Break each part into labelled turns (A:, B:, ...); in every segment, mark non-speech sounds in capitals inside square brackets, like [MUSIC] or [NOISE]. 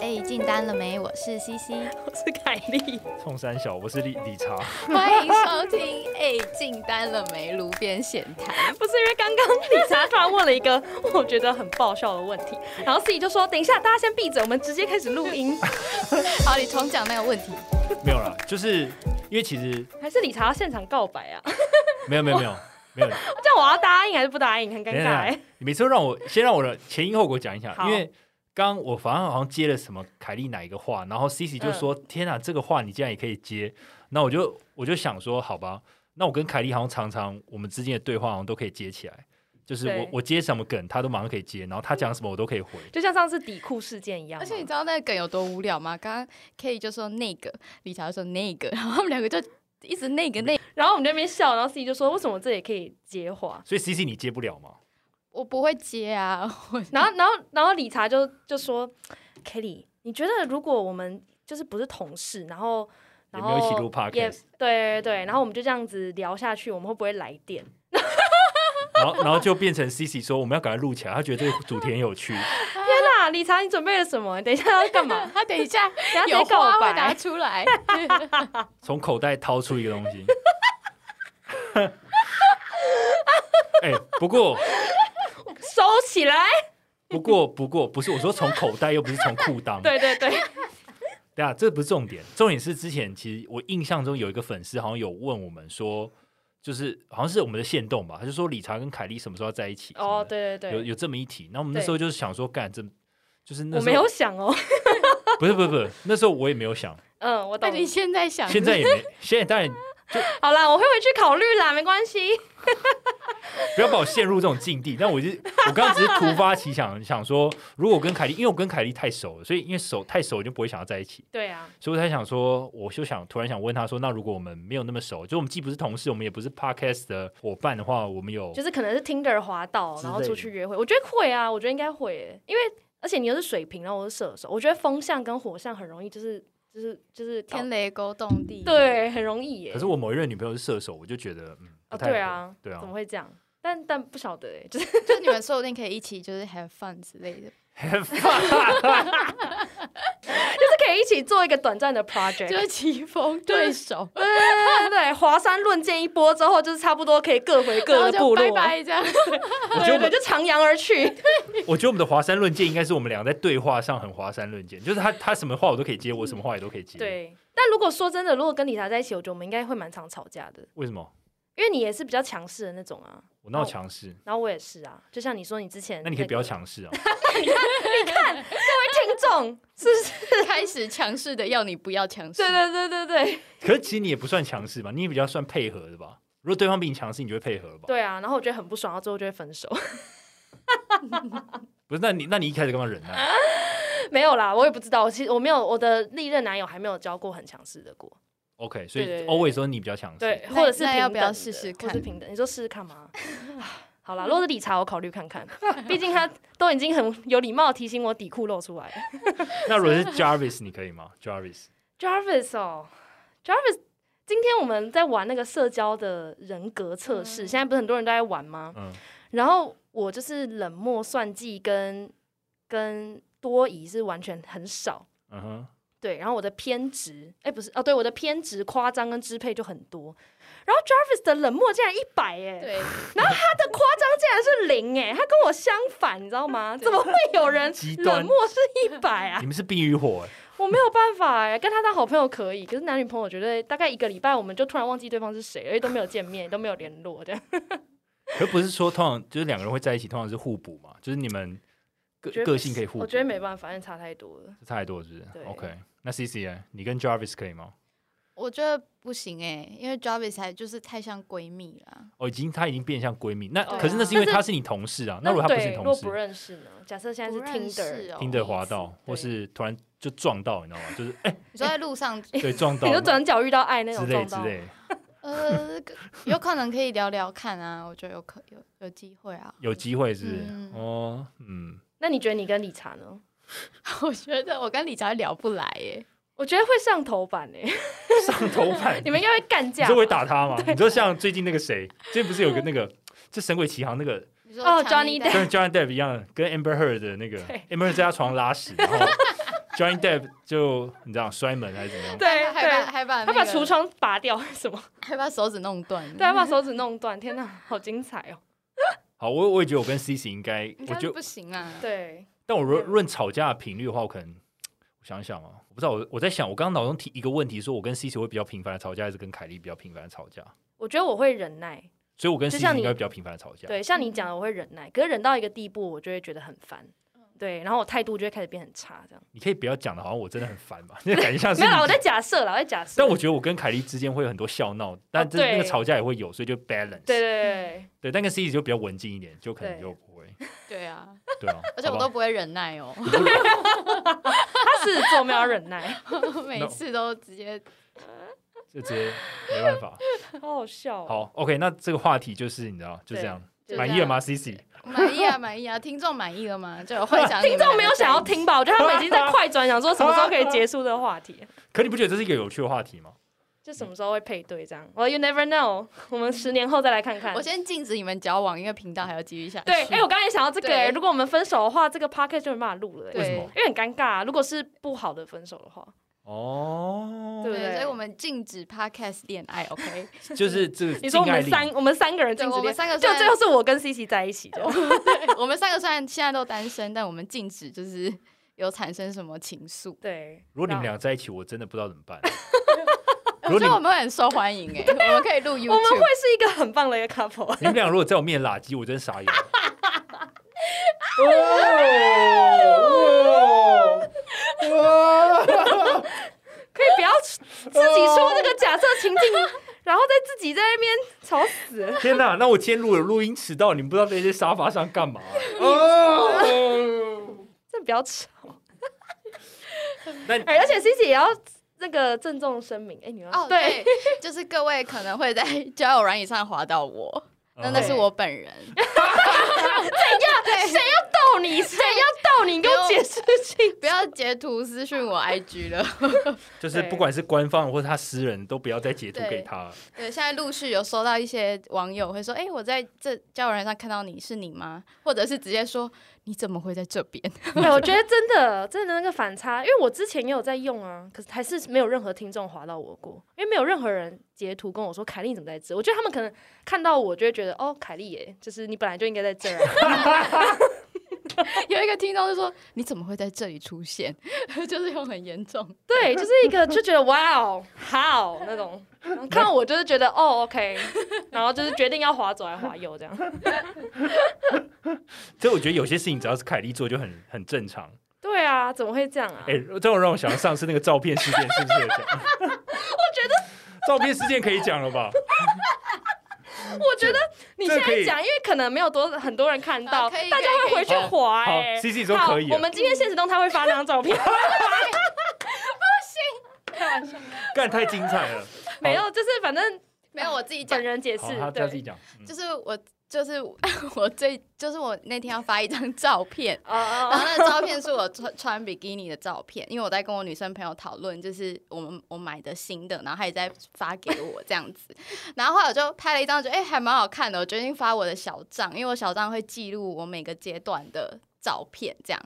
A: 哎，进单了没？我是西西，
B: 我是凯莉，
C: 冲山小，我是理理查。
A: [LAUGHS] 欢迎收听。哎，进单了没？炉边闲谈。
B: [LAUGHS] 不是因为刚刚理查突然问了一个我觉得很爆笑的问题，然后自己就说：“等一下，大家先闭嘴，我们直接开始录
C: [LAUGHS]
B: 音。
A: 好，你重讲那个问题。
C: 没有啦，就是因为其实”
B: 还是理查要现场告白啊？
C: 没有没有没有没有，
B: 这样我要答应还是不答应？很尴
C: 等一
B: 尬、
C: 下
B: 欸。
C: 你每次都让我先让我的前因后果讲一下，
B: 好
C: 因为刚刚我反正好像接了什么凯莉哪一个话，然后 Cici 就
B: 嗯
C: 说：“天啊，这个话你竟然也可以接。”那我就我就想说，好吧，那我跟凯莉好像常常我们之间的对话好像都可以接起来，就是我
B: 对
C: 我接什么梗，她都马上可以接，然后她讲什么我都
B: [LAUGHS]
C: 可以回。
B: 就像上次底裤事件一样嘛，
A: 而且你知道那个梗有多无聊吗？刚刚 K 就说那个，理查就说那个，然后他们两个就一直那个那。
B: 然后我们就在那边笑，然后自己就说：“为什么这也可以接
C: [LAUGHS]
B: 话
C: 所以 Cici 你接不了吗？
A: 我不会接啊，我？”
B: 然后，然后，然后理查就就说：“Kelly，你觉得如果我们就是不是同事，然后
C: 也
B: 然
C: 没有
B: 后
C: 一起录
B: 也
C: podcast，
B: 对对对，然后我们就这样子聊下去，我们会不会来电？
C: 然后然后就变成 Cici 说我们要赶快录起来，她觉得这个主题很有趣。
B: 天哪，理查，你准备了什么？等一 [LAUGHS] 下要干嘛？
A: [LAUGHS] 他等一 [LAUGHS] 下
B: 等一下
A: 有
B: 再告
A: 话会拿
B: 白。
A: 出 [LAUGHS] 来。
C: 从口袋掏出一个
B: [LAUGHS]
C: 东西。哎、不过
B: 收起来。
C: 不过不过，不是我说从口袋，又不是从裤裆。
B: 对对对， [LAUGHS]
C: 对啊，这不是重点，重点是之前其实我印象中有一个粉丝好像有问我们说，就是好像是我们的线动吧，他就说理查跟凯莉什么时候要在一起？
B: 哦，
C: 什么的，
B: 对对
C: 有
B: 对，
C: 有这么一题。那我们那时候就是想说，干这就是那
B: 我
C: 时
B: 没
C: 候
B: 有想哦。
C: 不是不是不是，那时候我也没
B: [LAUGHS]
C: 有想，
B: 嗯，我
A: 那
B: 懂。
A: 你现在想，
C: 现在也没，现在当然
B: 好啦，我会回去考虑啦，没关系。
C: 不要把我陷入这种境地。但我就是，我刚刚只是突发奇想，想说，如果我跟凯莉，因为我跟凯莉太熟了，所以因为熟太熟，我就不会想要在一起，
B: 对啊，
C: 所以我才想说，我就想突然想问他说，那如果我们没有那么熟，就我们既不是同事，我们也不是 podcast 的伙伴的话，我们有
B: 就是可能是 Tinder 滑到，
C: 之
B: 然
C: 类的
B: 后出去约会，我觉得会啊，我觉得应该会耶，因为而且你又是水瓶，然后我是射手，我觉得风象跟火象很容易就是就是就是
A: [LAUGHS]
B: 搞
A: 天雷勾动地。，
B: 对，很容易耶。
C: 可是我某一任女朋友是射手，我就觉得嗯，不
B: 啊，
C: 太合
B: 对啊，
C: 对啊
B: 怎么会这样？但但不晓得哎，就是
A: 就你们说不定可以一起，就是 have fun 之类的，
B: 就是可以一起做一个短暂的 project，
A: 就是棋逢对手，
B: 对对 [LAUGHS] 对，华山论剑一波之后，就是差不多可以各回
A: 然
B: 各
A: 后
B: 的
A: 就
B: 部落，
A: 拜拜这样。 [LAUGHS]
C: 我觉得
B: 对 [LAUGHS] 对，
C: 我们
B: 就徜徉而去。
C: 我觉得我们的华山论剑应该是我们俩在对话上很华山论剑，就是他他什么话我都可以接，我什么话也都可以接。，
B: 对，但如果说真的，如果跟理查在一起，我觉得我们应该会蛮常吵架的，
C: 为什么
B: 因为你也是比较强势的那种啊，
C: 我那么强势？
B: 然后我也是啊，就像你说你之前、
C: 那你可以不要
B: 抢，
C: 强势啊。
B: 哎各位听众，是 [LAUGHS] 不是？
A: 开始强势的要你不要强势
B: 对，对对对对
C: 可是其实你也不算强势吧，你也比较算配合的吧。如果对方比你强势，你就会配合了吧？
B: 对啊，然后我觉得很不爽，然后最后就会分手。 [LAUGHS]
C: 不是，那你那你一开始干嘛忍耐？
B: 啊没有啦，我也不知道，我其实我没有我的历任男友还没有交过很强势的过，
C: OK，所以
B: 对对对
C: always 说你比较强势。
B: 对，
A: 那
B: 或者是
A: 那
B: 平
A: 要不要
B: 等的
A: 试试
B: 或
A: 看
B: 是平等，你说试试看 [LAUGHS] 吗？ [SIGHS] 好啦，如果是理查，我考虑看看，毕竟他都已经很有礼貌地提醒我底裤露出来了。
C: 那如
B: [LAUGHS]
C: 果是 Jarvis，你可以吗？Jarvis，
B: Jarvis 哦，Jarvis，今天我们在玩那个社交的人格测试，现在不是很多人都在玩吗？
C: 嗯，
B: 然后我就是冷漠、算计跟跟多疑是完全很少，
C: 嗯哼，
B: 对。然后我的偏执，哎，不是哦，对，我的偏执、夸张跟支配就很多。然后 Jarvis 的冷漠竟然一百哎，
A: 对，
B: 他的夸张竟然是零哎，他跟我相反，你知道 [LAUGHS] 吗？怎么会有人
C: 极端
B: 冷漠是一百啊
C: 你？们是冰与火欸，
B: [LAUGHS] 我没有办法哎、跟他当好朋友可以，可是男女朋友觉得大概一个礼拜，我们就突然忘记对方是谁，而且都没有见面，都没有联络这样。
C: 可不是说通常就是两个人会在一起，通常是互补嘛，就是你们个
B: 我觉得
C: [LAUGHS] 个性可以互补。
B: 我觉得没办法，因为差太多了。
C: 这差太多了是不
B: 对
C: 是？OK，那 C C 呢？你跟 Jarvis 可以吗？
A: 我觉得不行哎、因为 Jarvis 还就是太像闺蜜了。啊
C: 哦，已经他已经变相闺蜜，那
B: 对啊
C: 可是那是因为他是你同事啊。那如果他不是
B: 对，
C: 你
B: 如果
C: 同
B: 不
C: 事，
B: 认识呢？假设现在
A: 不
B: 是
A: 认识
B: Tinder，、
A: 哦
C: 听着滑道，
B: 对
C: 或是突然就撞到，你知道
B: [LAUGHS]
C: 吗？就是哎，
A: 你说在路上，
C: 对，撞到
B: 你就转角遇到爱那
C: 之
B: 种
C: 类
B: 撞
C: 之
B: 到，
C: 类。
A: 呃，有可能可以聊聊看啊，我觉得有可有有机会
B: [LAUGHS]
A: 啊。
C: 有机会是不是
A: 嗯
C: 哦，嗯，
B: 那你觉得你跟理查呢？
A: 我觉得我跟李佳聊不来耶、
B: 我觉得会上头版哎、 [LAUGHS]
C: 上头版，
B: 你们应该会干
C: 你
B: 架
C: 就会
B: 吧。
C: 打
B: [LAUGHS]
C: 他吗？你就像最近那个谁，最近不是有个那个，就《神鬼奇航》那个
A: 你说
B: 哦
A: 强力
B: Johnny
A: 带
C: 跟 Johnny Depp 一样，跟 Amber Heard 的那个
B: 对
C: Amber Heard 在他床上拉屎，然后 Johnny Depp 就你知道摔门还是怎么
B: [LAUGHS]
C: 样？
B: 对
A: 还把
B: 对，
A: 还把
B: 他把
A: 那个
B: 橱窗拔掉还是 [LAUGHS] 什么？
A: 还把手指弄断，
B: 对，他啊把手指弄断，天哪，好精彩哦！
C: 好，我我也觉得我跟 Cici 应该，
A: 应
C: 我
A: 该
C: 就是
A: 不行啊。
B: 对，
C: 但我论论吵架的频率的话，我可能我想一想啊，我不知道我我在想，我刚刚脑中提一个问题，说我跟 C C 会比较频繁的吵架，还是跟凯莉比较频繁的吵架？
B: 我觉得我会忍耐，
C: 所以我跟 C
B: 就
C: C
B: 像你
C: 应该比较频繁的吵架。
B: 对，
A: 嗯
B: 像你讲的，我会忍耐，可是忍到一个地步，我就会觉得很烦，
A: 嗯
B: 对，然后我态度就会开始变很差，这样。
C: 你可以不要讲的好像我真的很烦嘛， [LAUGHS] 那感觉像是
B: [LAUGHS] 没有啦，我
C: 你。
B: 在假设啦，我在假设。
C: 但我觉得我跟凯莉之间会有很多笑闹，但这
B: 哦对
C: 那个吵架也会有，所以就 balance。
B: 对对对
C: 对但跟 C C 就比较文静一点，就可能
B: 对
C: 就不
B: [LAUGHS]
C: 会。
A: 对啊，
C: 对啊，
A: 而且我
C: 好
A: 都
C: 吧
A: 不会忍耐哦，
B: 对，他狮子座没有忍耐，
A: 每次都直接
C: 就直接没
B: [LAUGHS]
C: 办法。
B: 好好笑、哦。
C: 好，OK，那这个话题就是你知道，就这样，
A: 对
C: 满意了吗？C C，
A: 满意啊，满意啊，听众满意了吗？就有幻想你
B: 听
A: 们两
B: 众
A: 个
B: 没有想要听吧？我觉得他们已经在快转，想说什么时候可以结束这个话
C: [LAUGHS]
B: 题，
C: 可你不觉得这是一个有趣的话题吗？
B: 就什么时候会配对这样。我 you never know，我们十年后再来看
A: 在一起。
B: 看
A: 我。先禁止你们交往，因为频道还要继续下去。
B: 啊对，哎、我刚才也想到这个、
A: 对
B: 哎如果我们分手的话，这个 p o c a s t 就没办法录了、哎
A: 对
C: 为什么？
B: 因为很尴尬、啊。如果是不好的分手的话，
C: 哦，
B: 对不
A: 对，
B: 对？
A: 所以我们禁止 podcast 恋爱，OK？ [LAUGHS]
C: 就是这个
B: [LAUGHS] 你说我
C: 禁爱
B: 们
C: 令
B: 三，我们三个人禁
A: 对，我
B: 止
A: 们
B: 恋，
A: 三个
B: 就
A: 虽然
B: 最后是我跟 C C 在一起的。
A: 我们三个虽然现在都单身，但我们禁止就是有产生什么情愫，
B: [LAUGHS] 对，
C: 如果你们
B: 然后
C: 俩在一起，我真的不知道怎么
B: [LAUGHS]
C: 办。
A: 我觉得
C: 如果你
A: 我们会很受欢迎哎，我们可以录
B: 我们
A: YouTube，
B: 会是一个很棒的一个 couple。啊
C: 你们俩如果在我面前拉鸡，我真傻眼了。
B: [LAUGHS] 可以不要自己出这个假设情 [LAUGHS] 境，然后再自己在那边吵死。
C: 天哪！那我今天如果有录音迟到，你们不知道那些沙发上干嘛、啊哦，
B: 这比较吵。
C: 那
B: 哎、而且 C C 也要那个郑重声明，哎、你要、
A: 哦，对，就是各位可能会在 [LAUGHS] 交友软椅上滑到我，那那
B: 哦
A: 是
C: 嗯
A: 我本人，
B: 谁要逗你，谁要逗你，你给我解释清楚。
A: 不要截图私讯我 IG 了。
C: 就是不管是官方或是他私人，都不要再截图给他。
A: 对，现在陆续有收到一些网友会说，哎、我在这交友软件上看到你是你吗？或者是直接说你怎么会在这边？
B: [LAUGHS] 对，我觉得真的真的那个反差，因为我之前也有在用啊，可是还是没有任何听众划到我过，因为没有任何人截图跟我说凯莉你怎么在这。我觉得他们可能看到我就会觉得，哦，凯莉耶，就是你本来就应该在这儿、啊。
A: 有一个听众就说你怎么会在这里出现？ [LAUGHS] 就是用很严重，
B: [LAUGHS] 对，就是一个就觉得哇哦，好那种，然后看到我就是觉得哦 OK，然后就是决定要滑左还是滑右这样。
C: 所以我觉得有些事情只要是凯莉做就很很正常。
B: 对啊，怎么会这样啊？
C: 哎、这种让我想到上次那个照片事件，是不是
A: [LAUGHS]
C: 有讲？我觉得照片事件可以讲了吧？
B: 我觉得你
C: 这
B: 现
C: 可以啊
B: 在讲，因为可能没有多很多人看
A: 好
B: 到，
A: 可以
B: 大家
A: 可以
B: 会回去
C: 可以
B: 滑
C: 好
B: 哎、
C: ，Cici 说可以了啊
B: 好我们今天现实中他会发那张照片，
C: 干太精彩了，
B: [LAUGHS] 没有，就是反正
A: 没有我自己讲
B: 本，人解释
C: 好，他，他自己
B: 对，
C: 讲。嗯
A: 就是我就是我 [LAUGHS] 我最就是我那天要发一张照片。
B: 哦哦
A: 然
B: 哦
A: 后那个照片是我穿穿比基尼的照片，因为我在跟我女生朋友讨论，就是我们我买的新的，然后她也在发给我这样子。然后后来我就拍了一张，觉得哎、还蛮好看的，我决定发我的小账，因为我小账会记录我每个阶段的。照片这样，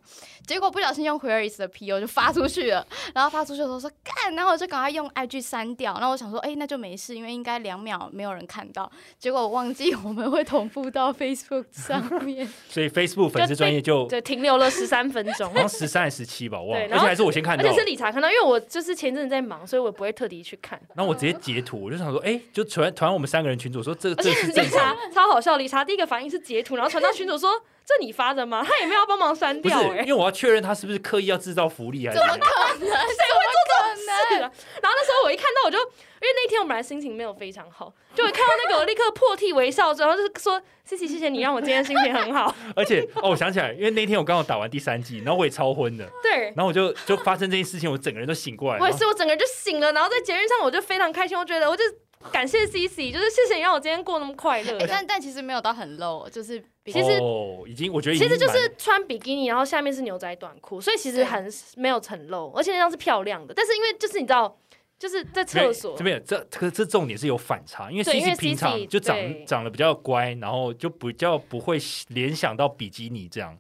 A: 结果不小心用 Queries 的 PO 就发出去了，然后发出去的时候说干，然后我就赶快用 IG 删掉，然后我想说，哎、那就没事，因为应该两秒没有人看到，结果我忘记我们会同步到 Facebook 上面，
C: 所以 Facebook 粉丝专业就
B: 对，停留了十三分钟
C: [LAUGHS] 好。像十三还是十七吧，我忘了，
B: 对
C: 而
B: 然后
C: 且还是我先看
B: 而
C: 到
B: 且，是理查看到，因为我就是前阵子在忙，所以我也不会特地去看。
C: 然后我直接截图，我就想说，哎，就传传我们三个人群组说这
B: 而
C: 这
B: 且
C: 是
B: 理
C: 正常
B: 查，超好笑，理查第一个反应是截图，然后传到群主说：“这你发的吗？”他也没有要帮忙删
C: 不是
B: 掉、哎
C: 因为我要确认他是不是刻意要制造福利还
A: 怎
C: 是怎
A: 么
C: 么
A: 可
C: 样。
A: 能？谁会做这种
B: 是啊。然后那时候我一看到，我就因为那天我本来心情没有非常好，就我看到那个，我立刻破涕为笑，然后就是说：“谢谢，谢谢你让我今天心情很好。
C: 而且哦，我想起来，因为那天我刚好打完第三季，然后我也超昏的，”
B: [LAUGHS] 对。
C: 然后我就就发生这件事情，我整个人都醒过来。
B: 我也
C: 然后
B: 是，我整个人就醒了，然后在节日上我就非常开心，我觉得我就感谢 C C，就是谢谢你让我今天过那么快乐
A: 哎。但但其实没有到很 low，就是比
B: 其实
C: 哦，已哦经我觉得已
B: 其
C: 经
B: 实就
C: 蛮
B: 是穿比基尼，然后下面是牛仔短裤，所以其实
A: 对
B: 很没有很露，而且那张是漂亮的。但是因为就是你知道，就是在
C: 没
B: 厕
C: 有
B: 所
C: 这，边有这这个这重点是有反差，因为
B: 对因
C: C
B: 为
C: C
B: Cici，
C: 平常就长
B: 对
C: 长得比较乖，然后就比较不会联想到比基尼这样。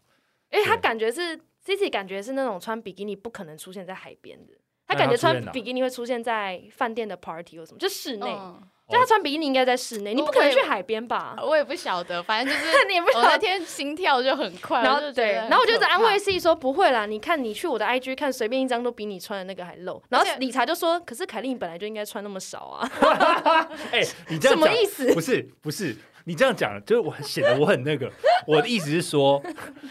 B: 因为他
C: 对
B: 感觉是 C C 感觉是那种穿比基尼不可能出现在海边的，他
C: 那
B: 感
C: 她
B: 觉
C: 出
B: 穿
C: 现哪
B: 比基尼会出现在饭店的 party 或什么，就室内。
A: 嗯，
B: 就他穿比基尼应该在室内，你
A: 我
B: 不可能
A: 我
B: 去
A: 也
B: 海边吧？
A: 我也不晓得，反正就是
B: 那 [LAUGHS] 你也不
A: 我
B: 晓
A: 那
B: 得。
A: 天心跳就很快，
B: 然
A: 我
B: 后
A: 就觉
B: 对，
A: 得很
B: 然后我就一直
A: 可怕
B: 安慰，自己说不会啦，你看你去我的 IG 看，随便一张都比你穿的那个还露。然后
A: 而且
B: 理查就说，可是凯莉你本来就应该穿那么少啊，
C: 哎、你这
B: 什
C: 样
B: 么
C: 讲
B: 意思？
A: [LAUGHS]
C: 不是不是，你这样讲就是我很显得我很那个。 [LAUGHS] 我的意思是说，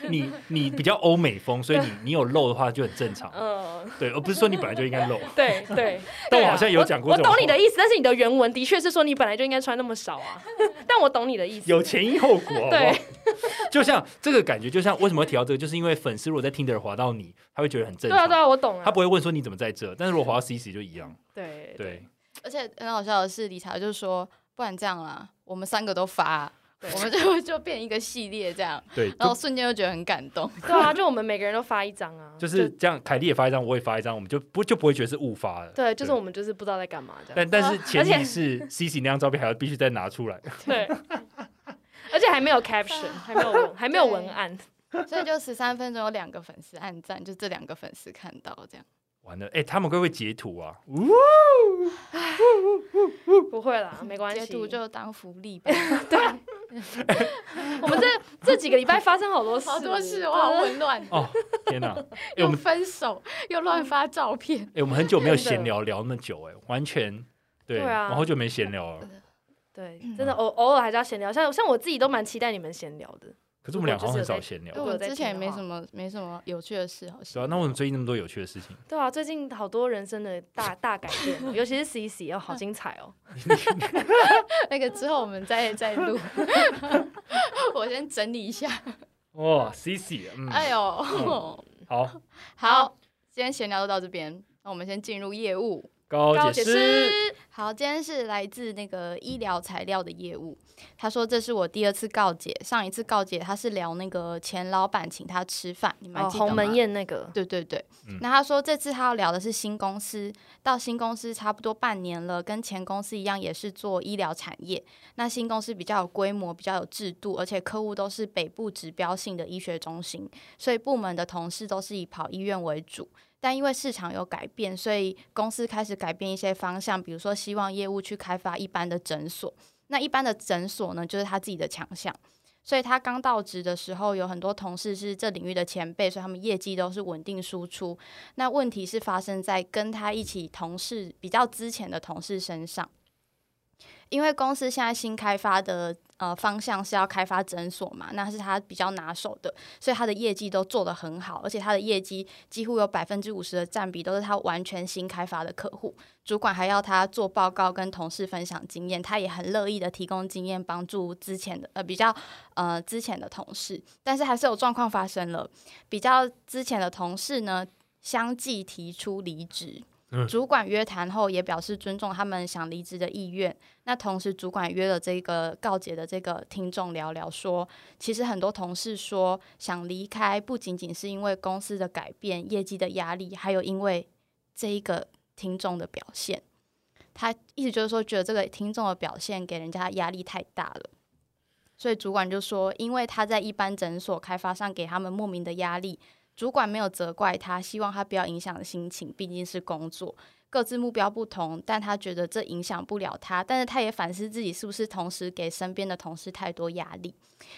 C: 你你比较欧美风，所
B: [LAUGHS]
C: 以你你有露的话就很正常，
B: 嗯，
C: 对，而不是说你本来就应该露。
B: [LAUGHS] 对对，
C: [LAUGHS] 但
B: 对
C: 我
B: 啊
C: 好像有讲过
B: 我
C: 这种
B: 懂你
C: 话
B: 的意思，但是你的原文的确是说你本来就应该穿那么少
A: [LAUGHS]
B: 啊，但我懂你的意思。
C: 有前因后果，好不好
B: 对？
C: [LAUGHS] 就像这个感觉，就像为什么会提到这个，就是因为粉丝如果在 Tinder 滑到你，他会觉得很正
B: 对啊
C: 常，
B: 对啊，我懂
C: 他
B: 啊。
C: 不会问说你怎么在这，但是如果滑到 CC 就一样，
B: 对
C: 对，
A: 而且很好笑的是，理查就说：“不然这样啦，我们三个都发，我们就就变一个系列这样。
C: 对”，
A: 然后
B: 哦
C: 就
A: 瞬间就觉得很感
B: [LAUGHS]
A: 动。
B: 对啊，就我们每个人都发一张啊，
C: [LAUGHS] 就是这样，凯莉也发一张，我也发一张，我们就不就不会觉得是误发了。
B: 对，就是
C: 对
B: 我们就是不知道在干嘛这样。
C: 但但
B: [LAUGHS]
C: 是前
B: 而且
C: 提是 CC 那张照片还要必须再拿出来，
B: [LAUGHS] 对，而且还没有 caption，还没有文，还没有文案。 [LAUGHS]
A: 所以就十三分钟有两个粉丝暗赞，就这两个粉丝看到这样。
C: 完了，哎、他们会不会截图啊？呜
B: 不会啦，没关系。
A: 截图就当福利
B: [LAUGHS]
A: 吧，
B: 我们这这几个礼拜发生好多事，
A: 好多事，我好温暖，
C: 哦，天
B: [LAUGHS]
C: 哪！哎、
A: [LAUGHS]
C: 我
A: 又
C: 们
A: 分手又乱发照片，
C: 哎、我们很久没有
B: 真的
C: 闲聊聊那么久、哎，完全对，
B: 对啊
C: 我好久没闲聊
B: [LAUGHS]
C: 了。
B: 对，真的偶偶尔还是要闲聊，像像我自己都蛮期待你们闲聊的。
C: 可是我们俩好像很少闲
A: 因
C: 聊
A: 为，
B: 如
A: 我
B: 果
A: 们
B: 在
A: 之前也
B: 听的
A: 没
B: 话
A: 什么没什么有趣的事，好
C: 对啊
A: 像。。
C: 那为什么最近那么多有趣的事情？
B: 对啊，最近好多人生的大大改变 [LAUGHS] 哦，尤其是 C C 哦，好精彩哦。
A: [LAUGHS] 那个之后我们再再录， [LAUGHS] 我先整理一下。
C: 哦，CC，嗯，
A: 哎呦，
C: 好，
A: 好，今天闲聊就到这边，那我们先进入业务。
C: 高
B: 高
C: 解
B: 解
C: 师，
B: 师，
A: 好，今天是来自那个医疗材料的业务，他说这是我第二次告解，上一次告解他是聊那个前老板请他吃饭，你们还
B: 哦，
A: 记得吗？
B: 鸿门宴那个，
A: 对对对，
C: 嗯
A: 那他说这次他要聊的是新公司，到新公司差不多半年了，跟前公司一样也是做医疗产业。那新公司比较有规模，比较有制度，而且客户都是北部指标性的医学中心，所以部门的同事都是以跑医院为主。但因为市场有改变，所以公司开始改变一些方向，比如说希望业务去开发一般的诊所。那一般的诊所呢，就是他自己的强项。所以他刚到职的时候，有很多同事是这领域的前辈，所以他们业绩都是稳定输出。那问题是发生在跟他一起同事比较之前的同事身上，因为公司现在新开发的呃方向是要开发诊所嘛，那是他比较拿手的，所以他的业绩都做得很好，而且他的业绩几乎有百分之五十的占比都是他完全新开发的客户。主管还要他做报告跟同事分享经验，他也很乐意的提供经验帮助之前的呃比较呃之前的同事，但是还是有状况发生了。比较之前的同事呢，相继提出离职。
C: 嗯
A: 主管约谈后也表示尊重他们想离职的意愿。那同时，主管约了这个告解的这个听众聊聊说，其实很多同事说想离开，不仅仅是因为公司的改变、业绩的压力，还有因为这一个听众的表现。他意思就是说，觉得这个听众的表现给人家压力太大了。所以主管就说，因为他在一般诊所开发上给他们莫名的压力，主管没有责怪他，希望他不要影响心情，毕竟是工作，各自目标不同，但他觉得这影响不了他，但是他也反思自己是不是同时给身边的同事太多压力，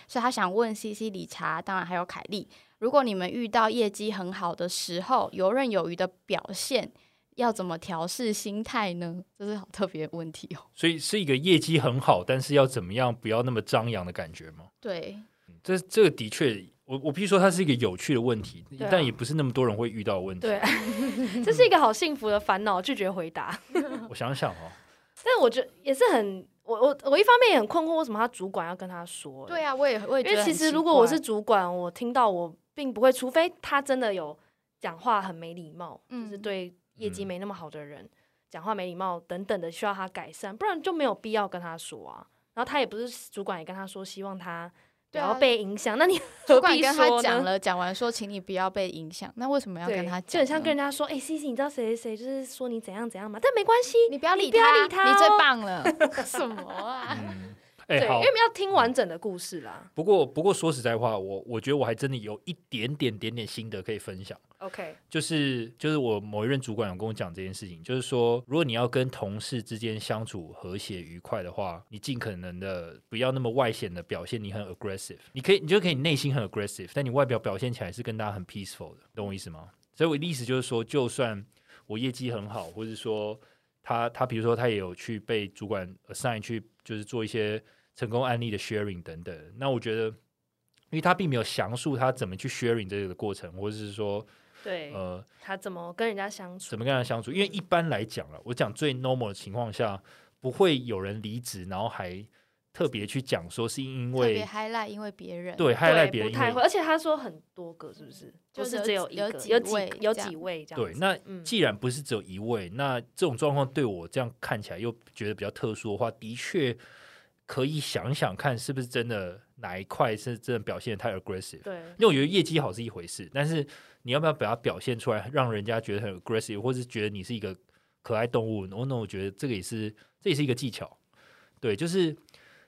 A: 所以他想问 C C 理查，当然还有凯莉，如果你们遇到业绩很好的时候，游刃有余的表现。要怎么调试心态呢？这是好特别的问题哦。
C: 所以是一个业绩很好，但是要怎么样不要那么张扬的感觉吗？
A: 对，
C: 这这个的确，我我必须说它是一个有趣的问题，
B: 啊
C: 但也不是那么多人会遇到的问题。
B: 对，这是一个好幸福的烦恼，拒绝回答。
C: 我想想哦，
B: [LAUGHS] 但我觉得也是很，我我我一方面也很困惑，为什么他主管要跟他说？
A: 对啊，我也我也觉得
B: 因为
A: 很奇怪。
B: 其实如果我是主管，我听到我并不会，除非他真的有讲话很没礼貌，
A: 嗯
B: 就是对业绩
C: 嗯
B: 没那么好的人、讲话没礼貌等等的需要他改善，不然就没有必要跟他说啊。然后他也不是主管，也跟他说希望他不
A: 对啊
B: 要被影
A: [LAUGHS]
B: 响，那你
A: 主
B: 何
A: 管
B: 必
A: 跟
B: 说
A: 他
B: 呢
A: 讲了，讲完说，请你不要被影响。那为什么要
B: 对
A: 跟他讲呢？
B: 就很像跟人家说，哎、c C，你知道谁谁谁就是说你怎样怎样嘛，但没关系，
A: 你不要理
B: 你不要
A: 他，
B: 理他
A: 你最
B: [LAUGHS] 哦
A: 棒了。什么啊？
C: 嗯，哎、哎、
B: [LAUGHS] 对，因为我。
C: 好
B: 们要听完整的故事啦。
C: 不过不过说实在话，我我觉得我还真的有一点点点点心得可以分享。
B: OK，
C: 就是就是我某一任主管有跟我讲这件事情，就是说，如果你要跟同事之间相处和谐愉快的话，你尽可能的不要那么外显的表现你很 aggressive，你可以你就可以内心很 aggressive，但你外表表现起来是跟大家很 peaceful 的，懂我意思吗？所以我的意思就是说，就算我业绩很好，或者说他他比如说他也有去被主管 assign 去就是做一些成功案例的 sharing 等等，那我觉得。因为他并没有详述他怎么去 sharing 这个过程，或者是说，
B: 对，
C: 呃，
B: 他怎么跟人家相处
C: 怎？么跟他相处？因为一般来讲了，我讲最 normal 的情况下，不会有人离职，然后还特别去讲说是因
A: 特别
C: 为
A: highlight 因为别人
C: 对害赖
B: 对，
C: 别人
B: 不
C: 因
B: 太
C: 为，
B: 会，而且他说很多个，是不是？
A: 就
B: 不
A: 是
B: 是只
A: 有
B: 有
A: 几
B: 一个，
A: 有几位
B: 有几有
A: 这样
B: 几位这样
C: 对
B: 子。，
C: 那
B: 嗯
C: 既然不是只有一位，那这种状况对我这样看起来又觉得比较特殊的话，的确可以想想看，是不是真的哪一块是真的表现的太 aggressive。
B: 对，
C: 因为我觉得业绩好是一回事，但是你要不要把它表现出来，让人家觉得很 aggressive，或是觉得你是一个可爱动物？哦那那我觉得这个也是，这也是一个技巧。对，就是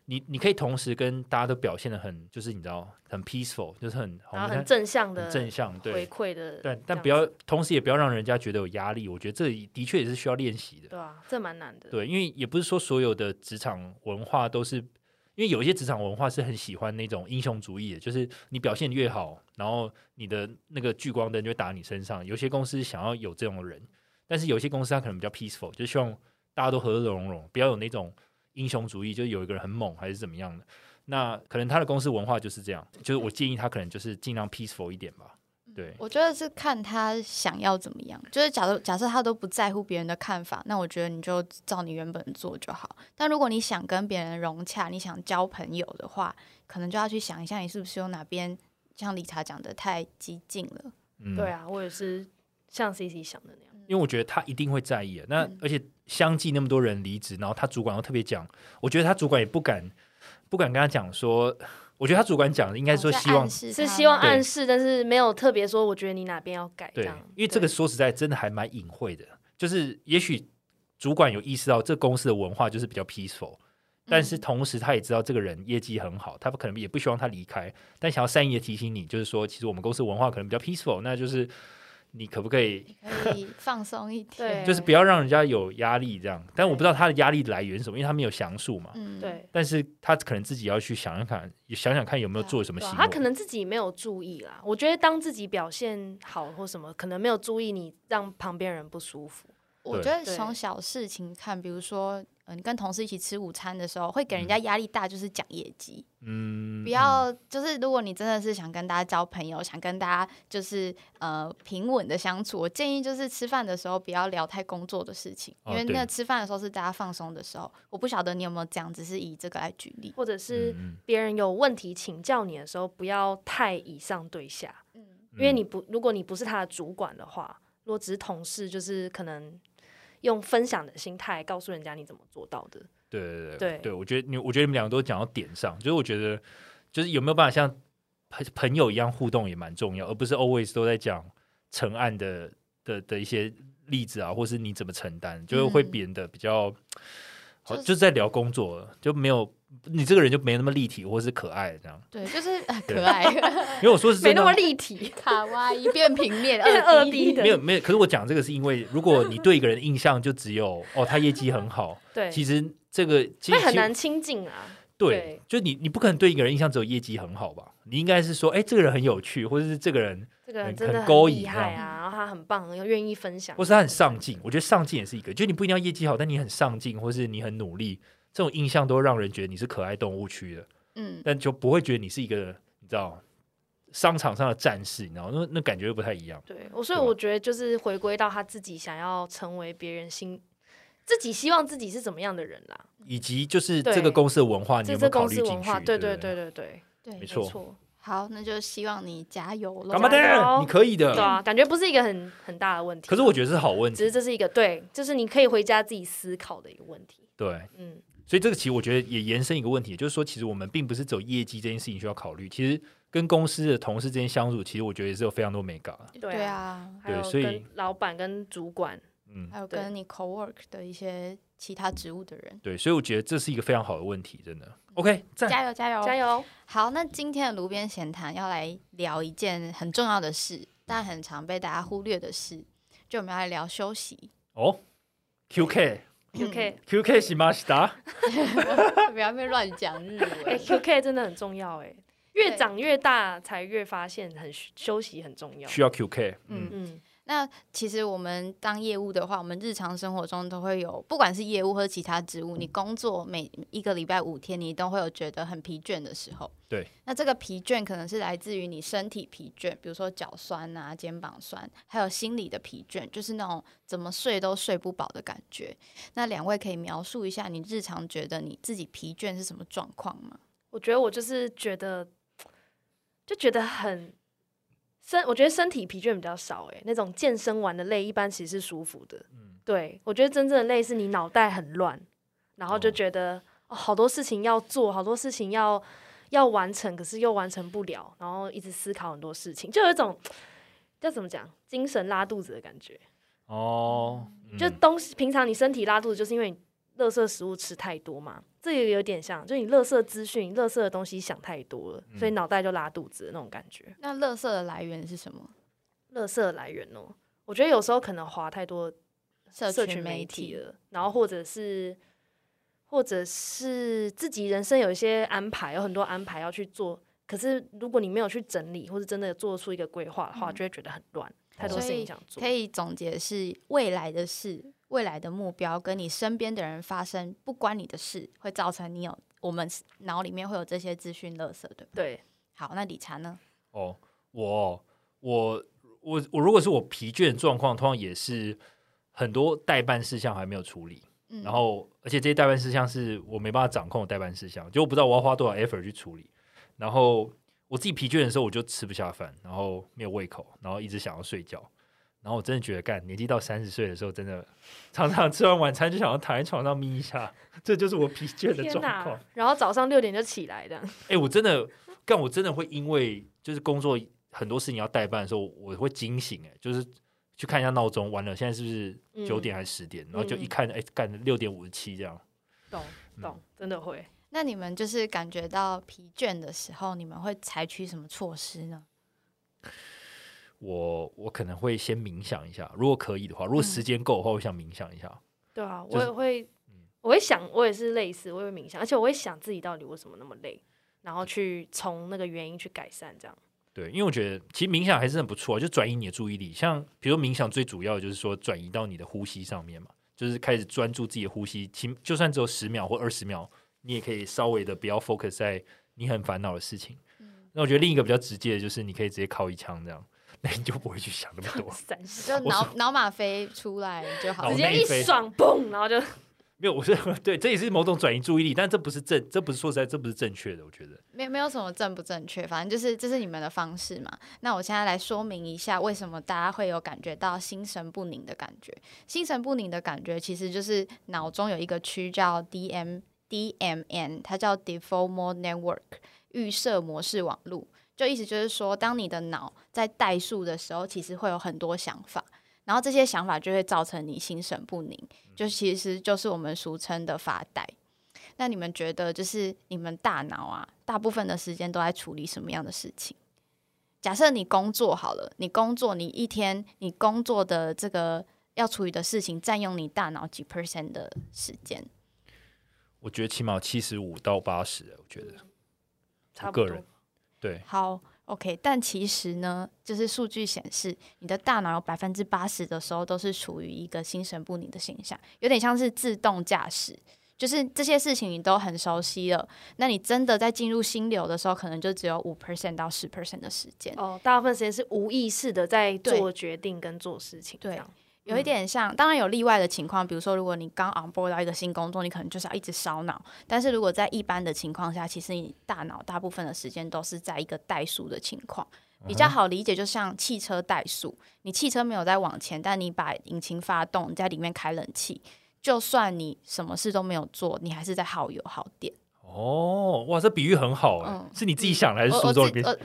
C: 你你可以同时跟大家都表现的很，就是你知道很 peaceful，就是很好
B: 然后
C: 像
B: 很正向的
C: 很正向，
B: 回
C: 对
B: 馈的，
C: 对，但不
B: 这样
C: 要同时也不要让人家觉得有压力。我觉得这的确也是需要练习的
B: 子。对啊，这蛮难的。
C: 对，因为也不是说所有的职场文化都是，因为有一些职场文化是很喜欢那种英雄主义的，就是你表现得越好，然后你的那个聚光灯就会打你身上。有些公司想要有这种人，但是有些公司它可能比较 peaceful，就是希望大家都和乐融融，不要有那种英雄主义，就是有一个人很猛还是怎么样的。那可能他的公司文化就是这样，就是我建议他可能就是尽量 peaceful 一点吧。
B: 嗯
C: 对，
A: 我觉得是看他想要怎么样，就是假如假设他都不在乎别人的看法，那我觉得你就照你原本做就好。但如果你想跟别人融洽，你想交朋友的话，可能就要去想一下你是不是有哪边像理查讲的太激进了。
C: 嗯，
B: 对啊，我也是像 CC 想的那样。
C: 因为我觉得他一定会在意的。那、
A: 嗯
C: 而且相继那么多人离职，然后他主管又特别讲，我觉得他主管也不敢不敢跟他讲说，我觉得他主管讲的应该说
A: 哦在
C: 希望
A: 暗示
B: 是
A: 他
B: 希望
A: 吗
C: 对
B: 暗示，但是没有特别说，我觉得你哪边要改这
C: 对
B: 样。，
C: 因为这个说实在真的还蛮隐晦的，就是也许主管有意识到这公司的文化就是比较 peaceful。但
A: 嗯
C: 是同时，他也知道这个人业绩很好，他可能也不希望他离开，但想要善意的提醒你，就是说，其实我们公司文化可能比较 peaceful，那就是你可不可以
A: 可以放松一点。
B: 对
C: 就是不要让人家有压力这样。但我不知道他的压力来源是什么，因为他没有详述嘛。
A: 嗯，
B: 对
C: 但是他可能自己要去想想看，也想想看有没有做什么
B: 对
C: 行
B: 啊
C: 为。
B: 他可能自己没有注意啦。我觉得当自己表现好或什么，可能没有注意你让旁边人不舒服。
A: 我
C: 对
A: 觉得
B: 对
A: 从小事情看，比如说，嗯、你跟同事一起吃午餐的时候，会给人家压力大，就是讲业绩。
C: 嗯，
A: 不要，就是如果你真的是想跟大家交朋友，想跟大家就是呃平稳的相处，我建议就是吃饭的时候不要聊太工作的事情，
C: 哦
A: 因为
C: 对
A: 那吃饭的时候是大家放松的时候。我不晓得你有没有这样，只是以这个来举例。
B: 或者是
C: 嗯
B: 别人有问题请教你的时候，不要太以上对下，
A: 嗯，
B: 因为你不如果你不是他的主管的话，如果只是同事，就是可能用分享的心态告诉人家你怎么做到的。
C: 对对对
B: 对
C: 对，我觉得你，我觉得你们两个都讲到点上，就是我觉得就是有没有办法像朋朋友一样互动也蛮重要，而不是 always 都在讲成案的的的一些例子啊，或是你怎么承担，就是会
A: 嗯
C: 变得比较。好，
A: 就
C: 就是在聊工作了，就没有你这个人就没那么立体或是可爱这样。
A: 对，就是、
C: [LAUGHS]
A: 呃
C: 对
A: 可 [LAUGHS] 爱，
C: 因为我说是
B: 没
C: 真的
B: 那么
C: 啊，
B: 立体，
A: [LAUGHS] 卡哇伊变平面，
B: [LAUGHS] 变成二 D
A: 低
B: 的，
C: 没有没有，可是我讲这个是因为，如果你对一个人的印象就只有哦，他业绩很好，
B: 对，
C: 其实这个其
B: 会
C: 实
B: 很难亲近啊。
C: 对，就你你不可能对一个人印象只有业绩很好吧？你应该是说，哎，这个人很有趣，或者是这个人，
B: 这个人
C: 很
B: 真的
C: 很勾引
B: 厉
C: 这
B: 害
C: 样
B: 啊，然后他很棒，又愿意分享
C: 或。是他很上进。我觉得上进也是一个，就你不一定要业绩好，但你很上进，或是你很努力，这种印象都让人觉得你是可爱动物区的，
A: 嗯，
C: 但就不会觉得你是一个你知道商场上的战士，你知道那那感觉又不太一样。
B: 对，我所以
C: 对吧
B: 我觉得就是回归到他自己想要成为别人心，自己希望自己是怎么样的人啦。
C: 以及就是
B: 对
C: 这个公司的文化，啊你
B: 这
C: 有没
B: 这
C: 有考
B: 公
C: 虑
B: 司
C: 进
B: 文化，
C: 去？
B: 对
C: 对
B: 对对对对，
A: 对，
C: 没错嗯
B: 没错，
A: 好，那就希望你加油喽
C: 干。嘛的？你可以
B: 对
C: 的。
B: 啊，感觉不是一个很很大的问题啊。
C: 可是我觉得是好问题，
B: 只是这是一个对，就是你可以回家自己思考的一个问题。
C: 对，
B: 嗯，
C: 所以这个其实我觉得也延伸一个问题，就是说，其实我们并不是走业绩这件事情需要考虑，其实跟公司的同事之间相处，其实我觉得也是有非常多美感。
A: 对
B: 对啊，
A: 啊，
B: 还有
C: 对所以
B: 跟老板跟主管，
C: 嗯，
A: 还有
B: 对
A: 跟你 co work 的一些其他植物的人。
C: 对，所以我觉得这是一个非常好的问题，真的。OK，赞。
A: 加油加油哦
B: 加油！
A: 好，那今天的炉边闲谈要来聊一件很重要的事，但很常被大家忽略的事，就我们要来聊休息。 [LAUGHS]
C: 哦，QK
A: [CLEARS THROAT]
B: QK，
C: QK 西马西达，
A: 不要被乱讲日
B: 哎、
A: 文。 [LAUGHS]
B: QK 真的很重要哎、越
A: 对
B: 长越大才越发现很需休息很重要。
C: 需要 QK。嗯，
B: 嗯，
A: 那其实我们当业务的话，我们日常生活中都会有，不管是业务或是其他职务，你工作每一个礼拜五天，你都会有觉得很疲倦的时候。
C: 对。
A: 那这个疲倦可能是来自于你身体疲倦，比如说脚酸啊、肩膀酸，还有心理的疲倦，就是那种怎么睡都睡不饱的感觉。那两位可以描述一下你日常觉得你自己疲倦是什么状况吗？
B: 我觉得我就是觉得，就觉得很身，我觉得身体疲倦比较少哎、那种健身完的累一般其实是舒服的。
C: 嗯
B: 嗯，对，我觉得真正的累是你脑袋很乱，然后就
C: 哦
B: 觉得、哦好多事情要做，好多事情要要完成，可是又完成不了，然后一直思考很多事情，就有一种。叫怎么讲？精神拉肚子的感觉，
C: 哦，
B: 就
C: 嗯
B: 东西平常你身体拉肚子，就是因为你垃圾食物吃太多嘛，这也有点像，就你垃圾资讯、垃圾的东西想太多了，所以
A: 嗯
B: 脑袋就拉肚子的那种感觉。
A: 那垃圾的来源是什么？
B: 垃圾的来源哦，我觉得有时候可能划太多
A: 社
B: 社
A: 群
B: 群媒
A: 体
B: 体了，然后或者是或者是自己人生有一些安排，有很多安排要去做，可是如果你没有去整理，或是真的做出一个规划的话，
A: 嗯
B: 就会觉得很乱，太多
A: 所
B: 事情
A: 以
B: 想做
A: 可。以总结是未来的事、未来的目标跟你身边的人发生不关你的事，会造成你有我们脑里面会有这些资讯垃圾，对吧？
B: 对，
A: 好，那理查呢？
C: 哦，我我我我如果是我疲倦的状况，通常也是很多代办事项还没有处理，
A: 嗯
C: 然后而且这些代办事项是我没办法掌控的代办事项，就我不知道我要花多少 effort 去处理。然后我自己疲倦的时候，我就吃不下饭，然后没有胃口，然后一直想要睡觉。然后我真的觉得，干年纪到三十岁的时候，真的常常吃完晚餐就想要躺在床上眯一下，这就是我疲倦的
B: 天
C: 状况
B: 哪。！然后早上六点就起来的，
C: 哎、我真的干，我真的会因为就是工作很多事情要代办的时候，我会惊醒、哎，就是去看一下闹钟，完了现在是不是九
B: 嗯
C: 点还是十点？然后就一
B: 嗯
C: 看，哎、干六点五十七这样。
B: 懂
C: 嗯
B: 懂，真的会。
A: 那你们就是感觉到疲倦的时候，你们会采取什么措施呢？
C: 我我可能会先冥想一下，如果可以的话，如果
B: 嗯
C: 时间够的话，我想冥想一下。
B: 对啊，
C: 就
B: 我
C: 是嗯
B: 也会，我会想，我也是类似，我也会冥想，而且我会想自己到底为什么那么累，然
C: 嗯
B: 后去从那个原因去改善，这样。
C: 对，因为我觉得其实冥想还是很不错、啊，就转移你的注意力。像比如说冥想最主要的就是说转移到你的呼吸上面嘛，就是开始专注自己的呼吸，其就算只有十秒或二十秒，你也可以稍微的不要 focus 在你很烦恼的事情。
B: 嗯
C: 那我觉得另一个比较直接的就是你可以直接靠一枪这样，那你就不会去想那么多。
B: [LAUGHS] 三十，
A: 就脑脑马飞出来就好
C: 脑
B: 直
A: 了。
B: 接
C: 内
B: 一
C: 飞
B: 爽，嘣，然后就
C: 没有，我是对，这也是某种转移注意力，但这不是正，这不是说实在，这不是正确的，我觉得。
A: 没没有什么正不正确，反正就是这是你们的方式嘛。那我现在来说明一下，为什么大家会有感觉到心神不宁的感觉。心神不宁的感觉其实就是脑中有一个区叫 DM DMN，它叫 Default Mode Network 预设模式网路。就意思就是说，当你的脑在代数的时候，其实会有很多想法，然后这些想法就会造成你心神不宁，就其实就是我们俗称的发呆。那你们觉得，就是你们大脑啊，大部分的时间都在处理什么样的事情？假设你工作好了，你工作，你一天你工作的这个要处理的事情，占用你大脑几 percent 的时间？
C: 我觉得起码七十五到八十，我觉得
B: 嗯差不
C: 个
B: 多
C: 人。对，
A: 好，OK。但其实呢，就是数据显示，你的大脑有百分之八十的时候都是处于一个心神不宁的现象，有点像是自动驾驶。就是这些事情你都很熟悉了，那你真的在进入心流的时候，可能就只有五 percent 到十 percent 的时间。
B: 哦，大部分时间是无意识的在
A: 对
B: 做决定跟做事情，
A: 对
B: 这样
C: 嗯
A: 有一点像，当然有例外的情况，比如说如果你刚 on board 到一个新工作，你可能就是要一直烧脑。但是如果在一般的情况下，其实你大脑大部分的时间都是在一个怠速的情况，比
C: 嗯
A: 较好理解，就像汽车怠速，你汽车没有在往前，但你把引擎发动，你在里面开冷气，就算你什么事都没有做，你还是在耗油耗电。
C: 哦，哇，这比喻很好哎、
A: 嗯
C: 是你自己想的还是
A: 我
C: 苏
A: 我自
C: 州里面？
A: 我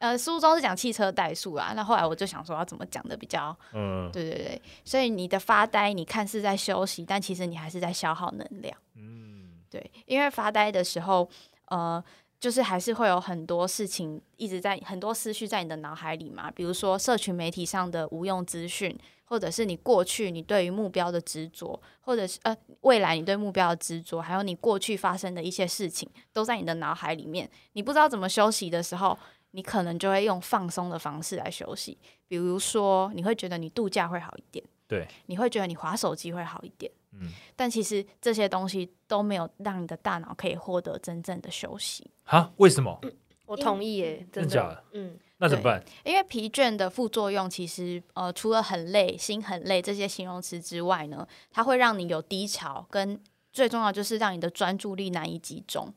A: 呃，书中是讲汽车代数啦，那后来我就想说要怎么讲的比较，
C: 嗯
A: 对对对，所以你的发呆，你看似在休息，但其实你还是在消耗能量。
C: 嗯
A: 对，因为发呆的时候，呃，就是还是会有很多事情一直在，很多思绪在你的脑海里嘛。比如说社群媒体上的无用资讯，或者是你过去你对于目标的执着，或者是呃未来你对目标的执着，还有你过去发生的一些事情，都在你的脑海里面。你不知道怎么休息的时候。你可能就会用放松的方式来休息，比如说你会觉得你度假会好一点，
C: 对，
A: 你会觉得你划手机会好一点。
C: 嗯，
A: 但其实这些东西都没有让你的大脑可以获得真正的休息，
C: 哈，为什么？
A: 嗯
B: 我同意耶，
C: 真
B: 真
C: 假的？
B: 嗯，
C: 那怎么办？
A: 因为疲倦的副作用其实呃，除了很累、心很累这些形容词之外呢，它会让你有低潮，跟最重要就是让你的专注力难以集中。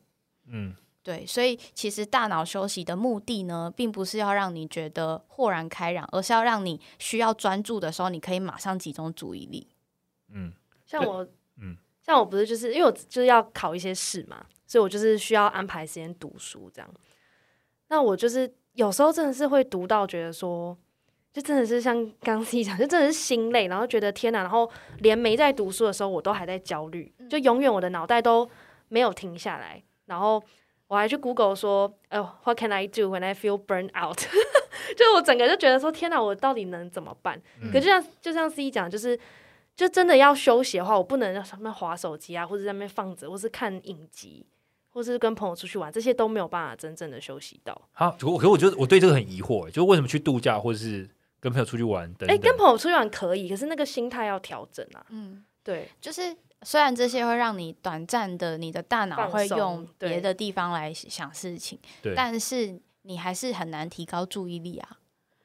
C: 嗯
A: 对，所以其实大脑休息的目的呢，并不是要让你觉得豁然开朗，而是要让你需要专注的时候，你可以马上集中注意力。
C: 嗯
B: 像
C: 对
B: 我，
C: 嗯
B: 像我不是就是因为我就是要考一些试嘛，所以我就是需要安排时间读书这样。那我就是有时候真的是会读到觉得说，就真的是像刚刚自己讲，就真的是心累，然后觉得天哪，然后连没在读书的时候，我都还在焦虑，就永远我的脑袋都没有停下来。然后我还去 Google 说，呃、w h a t can I do when I feel burn out？就我整个就觉得说，天哪，我到底能怎么办？
C: 嗯
B: 可就像就像 C 讲，就是就真的要休息的话，我不能上面划手机啊，或者在那边放着，或是看影集，或是跟朋友出去玩，这些都没有办法真正的休息到。
C: 好，可我可我觉得我对这个很疑惑，欸就是为什么去度假或是跟朋友出去玩等
B: 哎、
C: 等，
B: 跟朋友出去玩可以，可是那个心态要调整啊。
A: 嗯，
B: 对，
A: 就是虽然这些会让你短暂的，你的大脑
B: 放
A: 会
B: 松
A: 用
B: 对
A: 别的地方来想事情
C: 对，
A: 但是你还是很难提高注意力啊。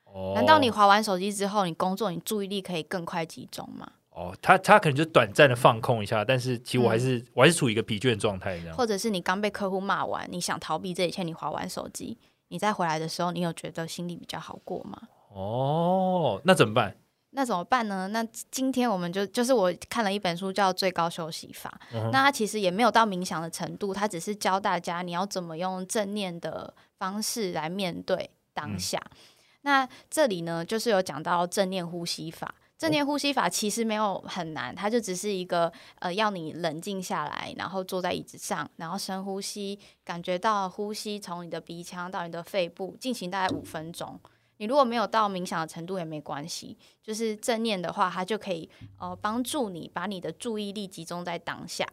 C: 哦
A: 难道你划完手机之后，你工作你注意力可以更快集中吗？
C: 哦，他他可能就短暂的放空一下，但是其实我还是、我还是处于一个疲倦的状态这样。
A: 嗯或者是你刚被客户骂完，你想逃避这一切，你划完手机，你再回来的时候，你有觉得心里比较好过吗？
C: 哦，那怎么办？
A: 那怎么办呢？那今天我们就就是我看了一本书叫《最高休息法》，
C: 嗯哼
A: 那它其实也没有到冥想的程度，它只是教大家你要怎么用正念的方式来面对当
C: 嗯
A: 下。那这里呢，就是有讲到正念呼吸法。正念呼吸法其实没有很难，它就只是一个呃，要你冷静下来，然后坐在椅子上，然后深呼吸，感觉到呼吸从你的鼻腔到你的肺部进行大概五分钟。你如果没有到冥想的程度也没关系，就是正念的话，它就可以呃帮助你把你的注意力集中在当下。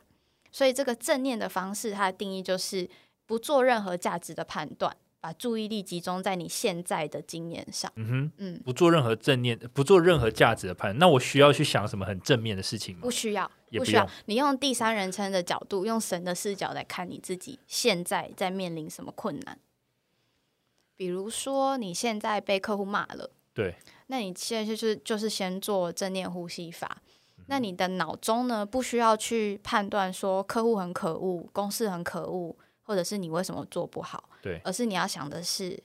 A: 所以这个正念的方式，它的定义就是不做任何价值的判断，把注意力集中在你现在的经验上。
C: 嗯哼，
A: 嗯，
C: 不做任何正念，不做任何价值的判断，那我需要去想什么很正面的事情吗
A: 不？需要，
C: 也不
A: 需要
C: 用。
A: 你用第三人称的角度，用神的视角来看你自己现在在面临什么困难。比如说，你现在被客户骂了。
C: 对，
A: 那你现在就是就是先做正念呼吸法。
C: 嗯
A: 那你的脑中呢，不需要去判断说客户很可恶，公司很可恶，或者是你为什么做不好，
C: 对
A: 而是你要想的是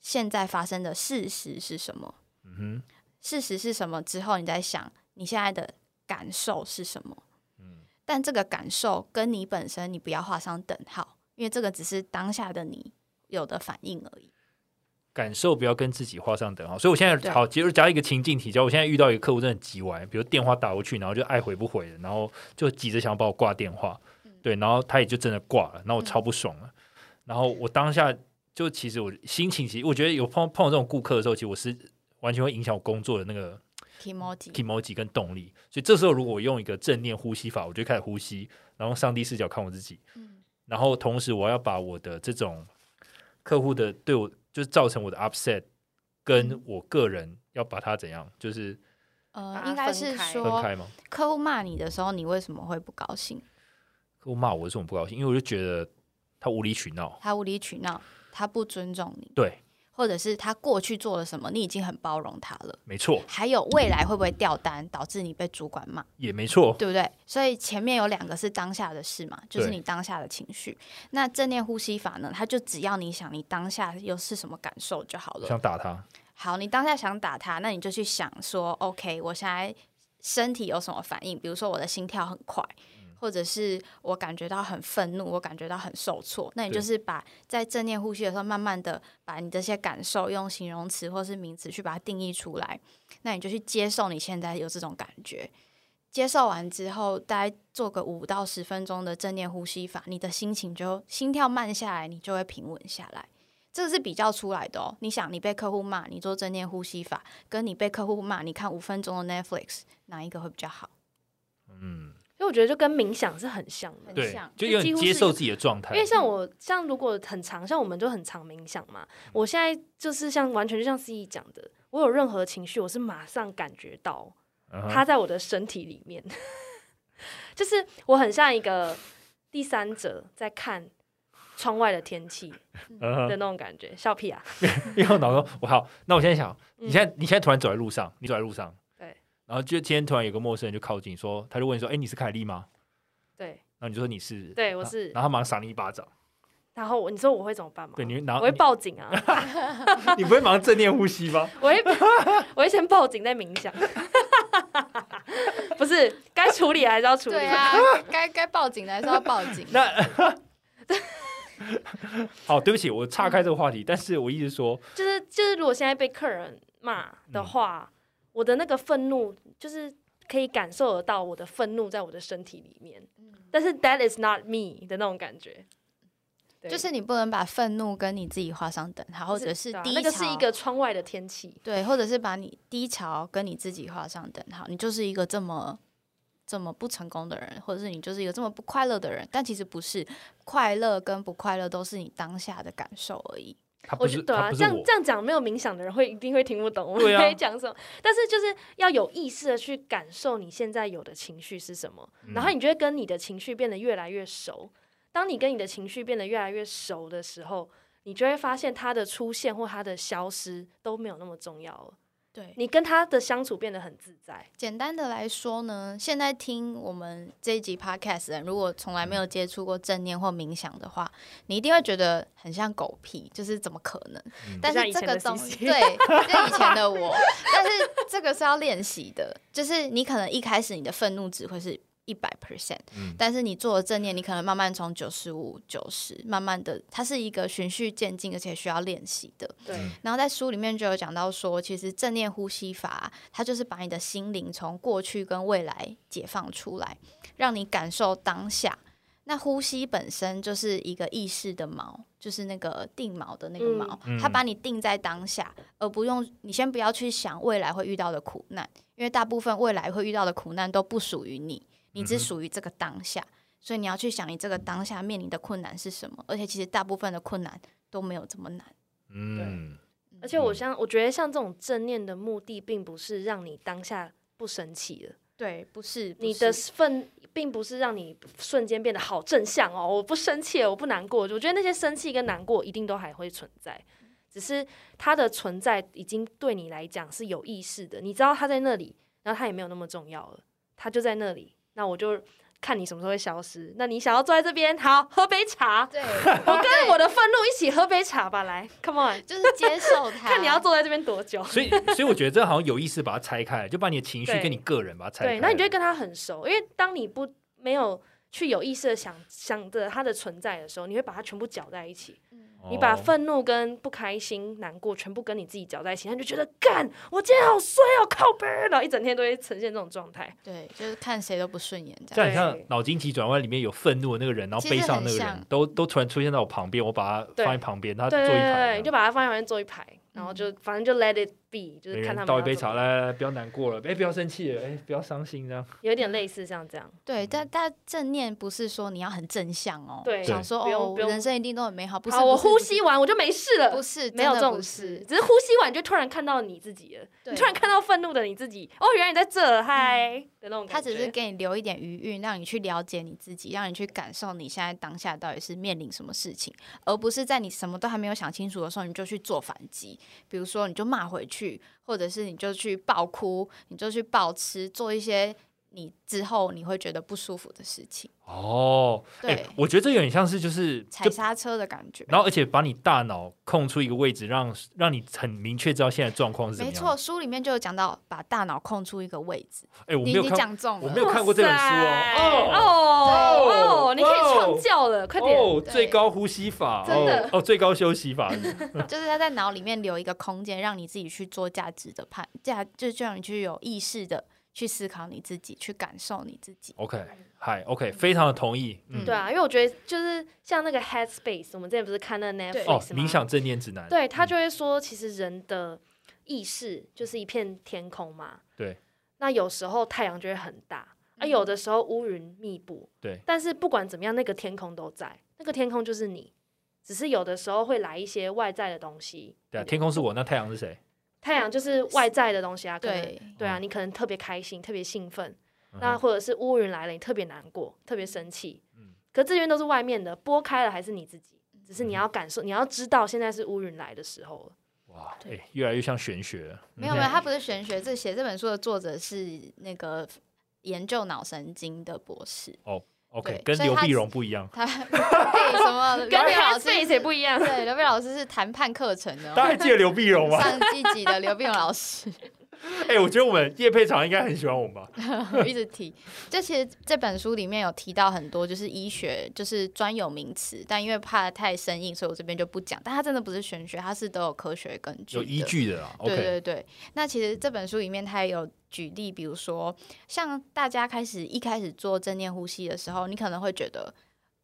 A: 现在发生的事实是什么，
C: 嗯哼，
A: 事实是什么之后，你再想你现在的感受是什么。
C: 嗯
A: 但这个感受跟你本身，你不要画上等号，因为这个只是当下的你有的反应而已。
C: 感受不要跟自己画上等号。所以我现在
B: 对
C: 好，其实假如一个情境题，假如我现在遇到一个客户真的很急歪，比如电话打过去，然后就爱回不回的，然后就急着想要把我挂电话，对，然后他也就真的挂了，然后我超不爽了，然后我当下就其实我心情其实我觉得有碰碰到这种顾客的时候，其实我是完全会影响我工作的那个
A: e m o j i
C: emoji 跟动力。所以这时候如果我用一个正念呼吸法，我就开始呼吸，然后用上帝视角看我自己，
A: 嗯
C: 然后同时我要把我的这种客户的对我就是造成我的 upset，跟
B: 嗯
C: 我个人要把它怎样，就是
A: 呃
B: 把，它
A: 应该
B: 分
A: 是
B: 开
A: 说
C: 分开吗？
A: 客户骂你的时候，你为什么会不高兴？
C: 客户骂我，为什么不高兴？因为我就觉得他无理取闹，
A: 他无理取闹，他不尊重你，
C: 对，
A: 或者是他过去做了什么，你已经很包容他了。
C: 没错，
A: 还有未来会不会掉单，导致你被主管骂，
C: 也没错，
A: 对不对？所以前面有两个是当下的事嘛，就是
C: 对
A: 你当下的情绪。那正念呼吸法呢，它就只要你想你当下又是什么感受就好
C: 我
A: 了。
C: 想打他，
A: 好，你当下想打他，那你就去想说，OK，我现在身体有什么反应？比如说我的心跳很快，或者是我感觉到很愤怒，我感觉到很受挫，那你就
C: 对
A: 是把在正念呼吸的时候，慢慢的把你这些感受用形容词或是名词去把它定义出来，那你就去接受你现在有这种感觉。接受完之后，大概做个五到十分钟的正念呼吸法，你的心情就心跳慢下来，你就会平稳下来。这个是比较出来的哦。你想，你被客户骂，你做正念呼吸法，跟你被客户骂，你看五分钟的 Netflix，哪一个会比较好？
C: 嗯，
B: 所以我觉得就跟冥想是很像的。
A: 很嗯
C: 对
A: 像，
C: 就有
B: 就几
C: 点
B: 乎
C: 接
B: 是
C: 受自己的状态
B: 因为。像我，像如果很长，像我们就很长冥想嘛。我现在就是像完全就像思怡讲的，我有任何情绪，我是马上感觉到
C: 嗯哼
B: 它在我的身体里面， [LAUGHS] 就是我很像一个第三者在看窗外的天气
C: 嗯
B: 的
C: 哼，
B: 那种感觉。笑屁啊！
C: 因为我脑中我好，那我现在想，你
B: 嗯
C: 现在你现在突然走在路上，你走在路上，
B: 对，
C: 然后就今天突然有个陌生人就靠近说，他就问你说，哎，你是凯莉吗？
B: 对，
C: 然后你就说你是，
B: 对我
C: 然后
B: 是
C: 然后他马上赏你一巴掌，
B: 然后我你说我会怎么办吗？
C: 对你，然
B: 我
C: 后
B: 会报警啊！
C: [LAUGHS] 你不会马上正念呼吸
B: [LAUGHS]
C: 吗？
B: 我
C: [LAUGHS]
B: 会我会先报警再冥想， [LAUGHS] 不是该处理还是要处理。
A: 对啊，该该报警的还是要报 [LAUGHS] 警。
C: [LAUGHS] 好，对不起，我岔开这个话题，但是我一直说，
B: 就是就是，如果现在被客人骂的话，我的那个愤怒就是可以感受得到我的愤怒在我的身体里面，
A: 嗯
B: 但是 that is not me 的那种感觉，对
A: 就是你不能把愤怒跟你自己画上等号，或者是
B: 对啊
A: 低潮，
B: 那个是一个窗外的天气，
A: 对，或者是把你低潮跟你自己画上等号，你就是一个这么这么不成功的人，或者是你就是一个这么不快乐的人，但其实不是，快乐跟不快乐都是你当下的感受而已。
C: 他不
B: 我觉
C: 是
B: 得对
C: 他
B: 啊，这
C: 不是
B: 样
C: 我
B: 这，样讲没有冥想的人会一定会听不懂我
C: 对啊
B: 们在讲什么，但是就是要有意识的去感受你现在有的情绪是什么，
C: 嗯
B: 然后你就会跟你的情绪变得越来越熟。当你跟你的情绪变得越来越熟的时候，你就会发现它的出现或它的消失都没有那么重要了。
A: 对，
B: 你跟它的相处变得很自在。
A: 简单的来说呢，现在听我们这一集 podcast 的人，如果从来没有接触过正念或冥想的话，你一定会觉得很像狗屁，就是怎么可能？
C: 嗯
A: 但
B: 像
A: 是
B: 以
A: 这
B: 前
A: 个
B: 的
A: 东
B: CC
A: 西，对，就以前的我，但是这个是要练习的，就是你可能一开始你的愤怒值会是一百 percent，
C: 嗯
A: 但是你做了正念，你可能慢慢从九十五、九十，慢慢的，它是一个循序渐进，而且需要练习的。
B: 对，
C: 嗯
A: 然后在书里面就有讲到说，其实正念呼吸法啊、它就是把你的心灵从过去跟未来解放出来，让你感受当下。那呼吸本身就是一个意识的锚，就是那个定锚的那个锚，
C: 嗯
A: 它把你定在当下，而不用你先不要去想未来会遇到的苦难，因为大部分未来会遇到的苦难都不属于你，你只
C: 嗯哼
A: 属于这个当下。所以你要去想你这个当下面临的困难是什么，而且其实大部分的困难都没有这么难。
C: 嗯
B: 而且我像我觉得像这种正念的目的，并不是让你当下不生气了，
A: 对，不是
B: 你的愤并不是让你瞬间变得好正向哦，我不生气了，我不难过。我觉得那些生气跟难过一定都还会存在，只是它的存在已经对你来讲是有意识的，你知道它在那里，然后它也没有那么重要了，它就在那里。那我就看你什么时候会消失。那你想要坐在这边，好，喝杯茶，
A: 对，啊
B: 我
A: 我
B: 跟我的愤怒一起喝杯茶吧，来，Come on，
A: 就是接受它，
B: [LAUGHS] 看你要坐在这边多久。
C: 所以，所以我觉得这好像有意识把它拆开来，就把你的情绪
B: 对
C: 跟你个人把它拆开来。
B: 对，那你就会跟他很熟，因为当你不没有去有意识的想想着它的存在的时候，你会把它全部搅在一起，你把
C: 分
B: 愤怒跟不开心、难过全部跟你自己搅在一起，那你就觉得干，我今天好衰哦，靠背，然后一整天都会呈现这种状态。
A: 对，就是看谁都不顺眼这
C: 这
A: 样。
C: 很像
B: 对
C: 脑筋急转弯里面有愤怒的那个人，然后
A: 其实
C: 悲伤的那个
A: 很
C: 人
A: 像，
C: 都都突然出现在我旁边，我把它
B: 对
C: 放在旁边，他坐
B: 对
C: 一
B: 对对对，
C: 排
B: 你，就把它放在旁边坐一排，然后
A: 嗯
B: 就反正就 let it be，就
C: 每
B: 是看他
C: 人
B: 们
C: 倒一
B: 要
C: 杯
B: 怎么样，
C: 茶，来来来，不要难过了，哎，不要生气了，哎，不要伤心，这样
B: 有点类似像这样。
A: 对，但但正念不是说你要很正向哦，
B: 对
A: 想说
B: 不用
A: 哦，
B: 不
A: 我
B: 用
A: 人生一定都很美好，不是？
B: 好，我
A: 不是
B: 呼，吸完我就没事了。
A: 不是，
B: 没有这
A: 真的不
B: 种
A: 是
B: 事，，只是呼吸完就突然看到你自己了，
A: 对
B: 你突然看到愤怒的你自己，哦，原来你在这，嗨、的那种
A: 它
B: 感觉。
A: 只是给你留一点余韵，让你去了解你自己，让你去感受你现在当下到底是面临什么事情，而不是在你什么都还没有想清楚的时候，你就去做反击。比如说，你就骂回去，或者是你就去暴哭，你就去暴吃，做一些你之后你会觉得不舒服的事情，
C: 哦，哎、
A: 对
C: 我觉得这有点像是就是
A: 踩
C: 就，
A: 刹车的感觉。
C: 然后而且把你大脑空出一个位置，让让你很明确知道现在状况是怎么
A: 没
C: 样。
A: 错，，书里面就有讲到把大脑空出一个位置，
C: 哎、我没
A: 你
C: 有
A: 你
C: 看，
A: 讲中
C: 我
A: 了
C: 没。有看过这本书
B: 哇塞
C: 哦。哦
B: 哦
C: 哇
B: 哦，你可以
C: 哇
B: 创教了，快点！
C: 哦，
A: 对
C: 最高呼吸法，
B: 真的
C: 哦，哦，最高休息法，
A: 就是他在脑里面留一个空间，让你自己去做价值的判价，就是让你去有意识的去思考你自己，去感受你自己。
C: OK，嗨，OK，非常的同意。嗯，
B: 对啊，因为我觉得就是像那个 Headspace，我们之前不是看那个
A: 对
B: Netflix
C: 哦，
B: 吗
C: 冥想正念指南。
B: 对他
C: 嗯
B: 就会说，其实人的意识就是一片天空嘛。
C: 对。
B: 那有时候太阳就会很大，啊，
A: 嗯
B: 有的时候乌云密布。
C: 对。
B: 但是不管怎么样，那个天空都在，那个天空就是你，只是有的时候会来一些外在的东西。
C: 对啊，天空是我，那太阳是谁？
B: 太阳就是外在的东西啊，可能
A: 对，
B: 对啊，
C: 嗯
B: 你可能特别开心，特别兴奋，
C: 嗯
B: 那
C: 哼
B: 或者是乌云来了，你特别难过，特别生气。
C: 嗯
B: 可这些都是外面的，拨开了还是你自己，只是你要感受，你要知道现在是乌云来的时候了。
C: 哇，哎，越来越像玄学了。嗯
A: 没有没有，他不是玄学，这写这本书的作者是那个研究脑神经的博士，
C: 哦 OK，
A: 对
C: 跟
A: 所以
C: 刘
A: 他
C: 碧
A: 是
C: 荣
A: [LAUGHS]
C: 不一样。
A: 他对什么 [LAUGHS] 刘
B: 跟
A: 碧老
B: Headspace
A: 师
B: 也不一样。
A: 对刘碧老师是谈判课程的
C: 大家
A: 哦，
C: 还记得刘碧荣吗？
A: 上一集的刘碧荣老师
C: 哎，我觉得我们叶佩长应该很喜欢我们吧。
A: 有一直提，这其实这本书里面有提到很多就是医学就是专有名词，但因为怕太生硬，所以我这边就不讲。但它真的不是玄学，它是都有科学根据，
C: 有依。据的啦。
A: 对
C: OK，
A: 对对，那其实这本书里面它也有举例，比如说像大家开始一开始做正念呼吸的时候，你可能会觉得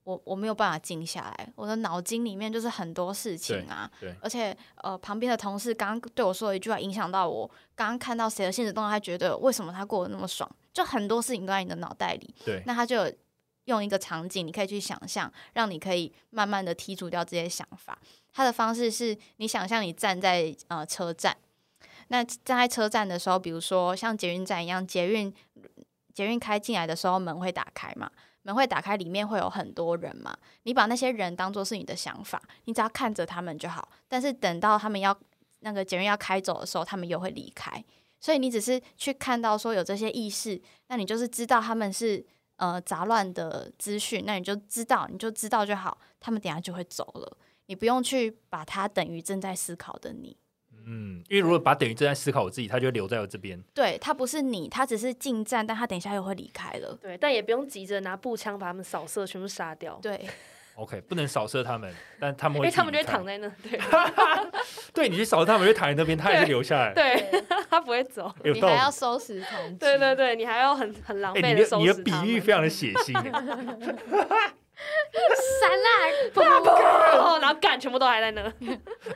A: 我我没有办法静下来，我的脑筋里面就是很多事情啊
C: 对对，
A: 而且呃旁边的同事刚刚对我说了一句话，影响到我，刚刚看到谁的现实动态，他觉得为什么他过得那么爽，就很多事情都在你的脑袋里，
C: 对，
A: 那他就有用一个场景，你可以去想象，让你可以慢慢的剔除掉这些想法。他的方式是你想象你站在呃车站，那站在车站的时候，比如说像捷运站一样，捷运捷运开进来的时候门会打开嘛，门会打开，里面会有很多人嘛，你把那些人当做是你的想法，你只要看着他们就好。但是等到他们要那个捷运要开走的时候，他们又会离开。所以你只是去看到说有这些意识，那你就是知道他们是呃杂乱的资讯，那你就知道，你就知道就好，他们等一下就会走了，你不用去把它等于正在思考的你，
C: 嗯，因为如果把等于正在思考我自己，他就会留在我这边。
A: 对，他不是你，他只是进站，但他等一下又会离开了，
B: 对，但也不用急着拿步枪把他们扫射，全部杀掉，
A: 对
C: OK，不能扫射他
B: [LAUGHS]
C: 们，但他们
B: 因
C: 会
B: 为
C: 自己
B: 他们就会
C: 离开
B: 躺在那。对
C: 对你去扫射他们，就躺在那边，他还是
B: 对
C: 留下来，
B: 对，他不会走。
C: 有
A: 你
C: 道
A: 还
C: 理
A: 要。收拾残局，
B: 对
A: [LAUGHS]
B: 对对，你还要很很狼
C: 哎、
B: 狈
C: 你
B: 的
C: 的
B: 收
C: 你的
B: 拾
C: 比
B: 他
C: 喻
B: 们
C: 非常的血腥、
B: [LAUGHS]
C: 欸，
A: 闪啦，
B: [LAUGHS] 哦，然后干全部都还在那。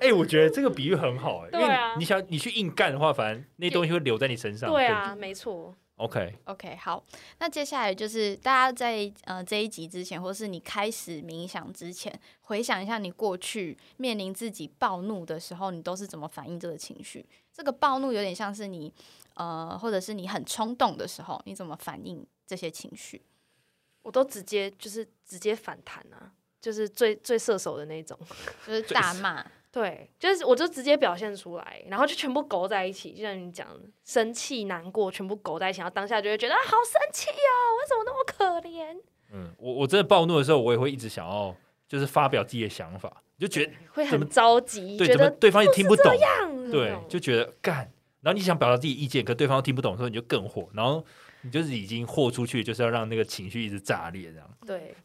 C: 哎、我觉得这个比喻很好、欸，因
B: 对
C: 为
B: 啊
C: 你你想你去硬干的话，反正那东西会留在你身上。
B: 对啊，没错。
C: ，OK，
A: OK，好，那接下来就是大家在呃这一集之前，或是你开始冥想之前，回想一下你过去面临自己暴怒的时候，你都是怎么反应这个情绪？这个暴怒有点像是你呃，或者是你很冲动的时候，你怎么反应这些情绪？
B: 我都直接就是直接反弹啊，就是最最射手的那种。
A: 就是大骂，
B: 对，就是我就直接表现出来，然后就全部勾在一起，就像你讲的，生气、难过，全部勾在一起，然后当下就会觉得、啊、好生气哦，我怎么那么可怜？
C: 嗯，我我真的暴怒的时候，我也会一直想要就是发表自己的想法，就觉得
B: 会
C: 怎
B: 很
C: 么
B: 着急，
C: 对
B: 觉
C: 怎么
B: 得
C: 对方也听不懂，
B: 嗯
C: 对，就觉得干，然后你想表达自己意见，可对方又听不懂的时候，你就更火，然后你就是已经豁出去，就是要让那个情绪一直炸裂这样。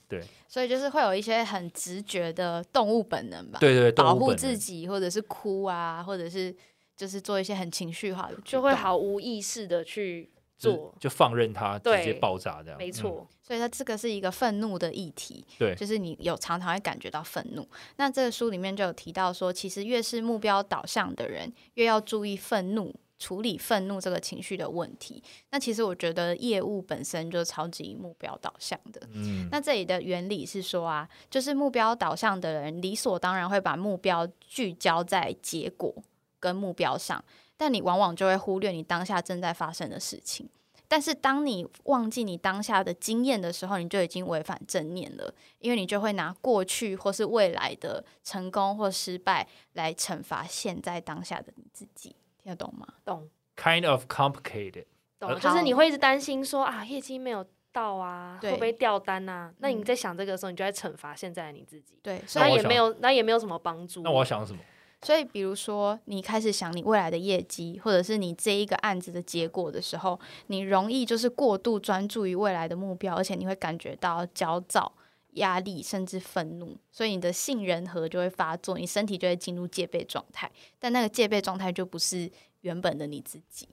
B: 对
A: 所以就是会有一些很直觉的动物本能吧，，
C: 对对，动物
A: 保护
C: 本能
A: 自己，或者是哭啊，或者是就是做一些很情绪化的举动，
B: 就会毫无意识的去
C: 就是
B: 做，
C: 就放任它直
B: 对
C: 接爆炸这样。
B: 没
C: 嗯
B: 错，
A: 所以它这个是一个愤怒的议题，
C: 对
A: 就是你有常常会感觉到愤怒。那这个书里面就有提到说，其实越是目标导向的人，越要注意愤怒。处理愤怒这个情绪的问题，那其实我觉得业务本身就超级目标导向的。
C: 嗯，
A: 那这里的原理是说啊，就是目标导向的人理所当然会把目标聚焦在结果跟目标上，但你往往就会忽略你当下正在发生的事情。但是当你忘记你当下的经验的时候，你就已经违反正念了，因为你就会拿过去或是未来的成功或失败来惩罚现在当下的你自己，听得懂吗？
B: 懂
C: kind of complicated。
B: 懂
C: 呃
B: 了，就是你会一直担心说啊，业绩没有到啊，
A: 对
B: 会不会掉单啊？那你
A: 嗯
B: 在想这个的时候，你就在惩罚现在的你自己，
A: 对，所
C: 那
B: 那
A: 以
C: 我
B: 也
C: 想
B: 没有，那也没有什么帮助。
C: 那我要想什么？
A: 所以比如说你开始想你未来的业绩，或者是你这一个案子的结果的时候，你容易就是过度专注于未来的目标，而且你会感觉到焦躁、压力，甚至愤怒，所以你的杏仁核就会发作，你身体就会进入戒备状态，但那个戒备状态就不是原本的你自己。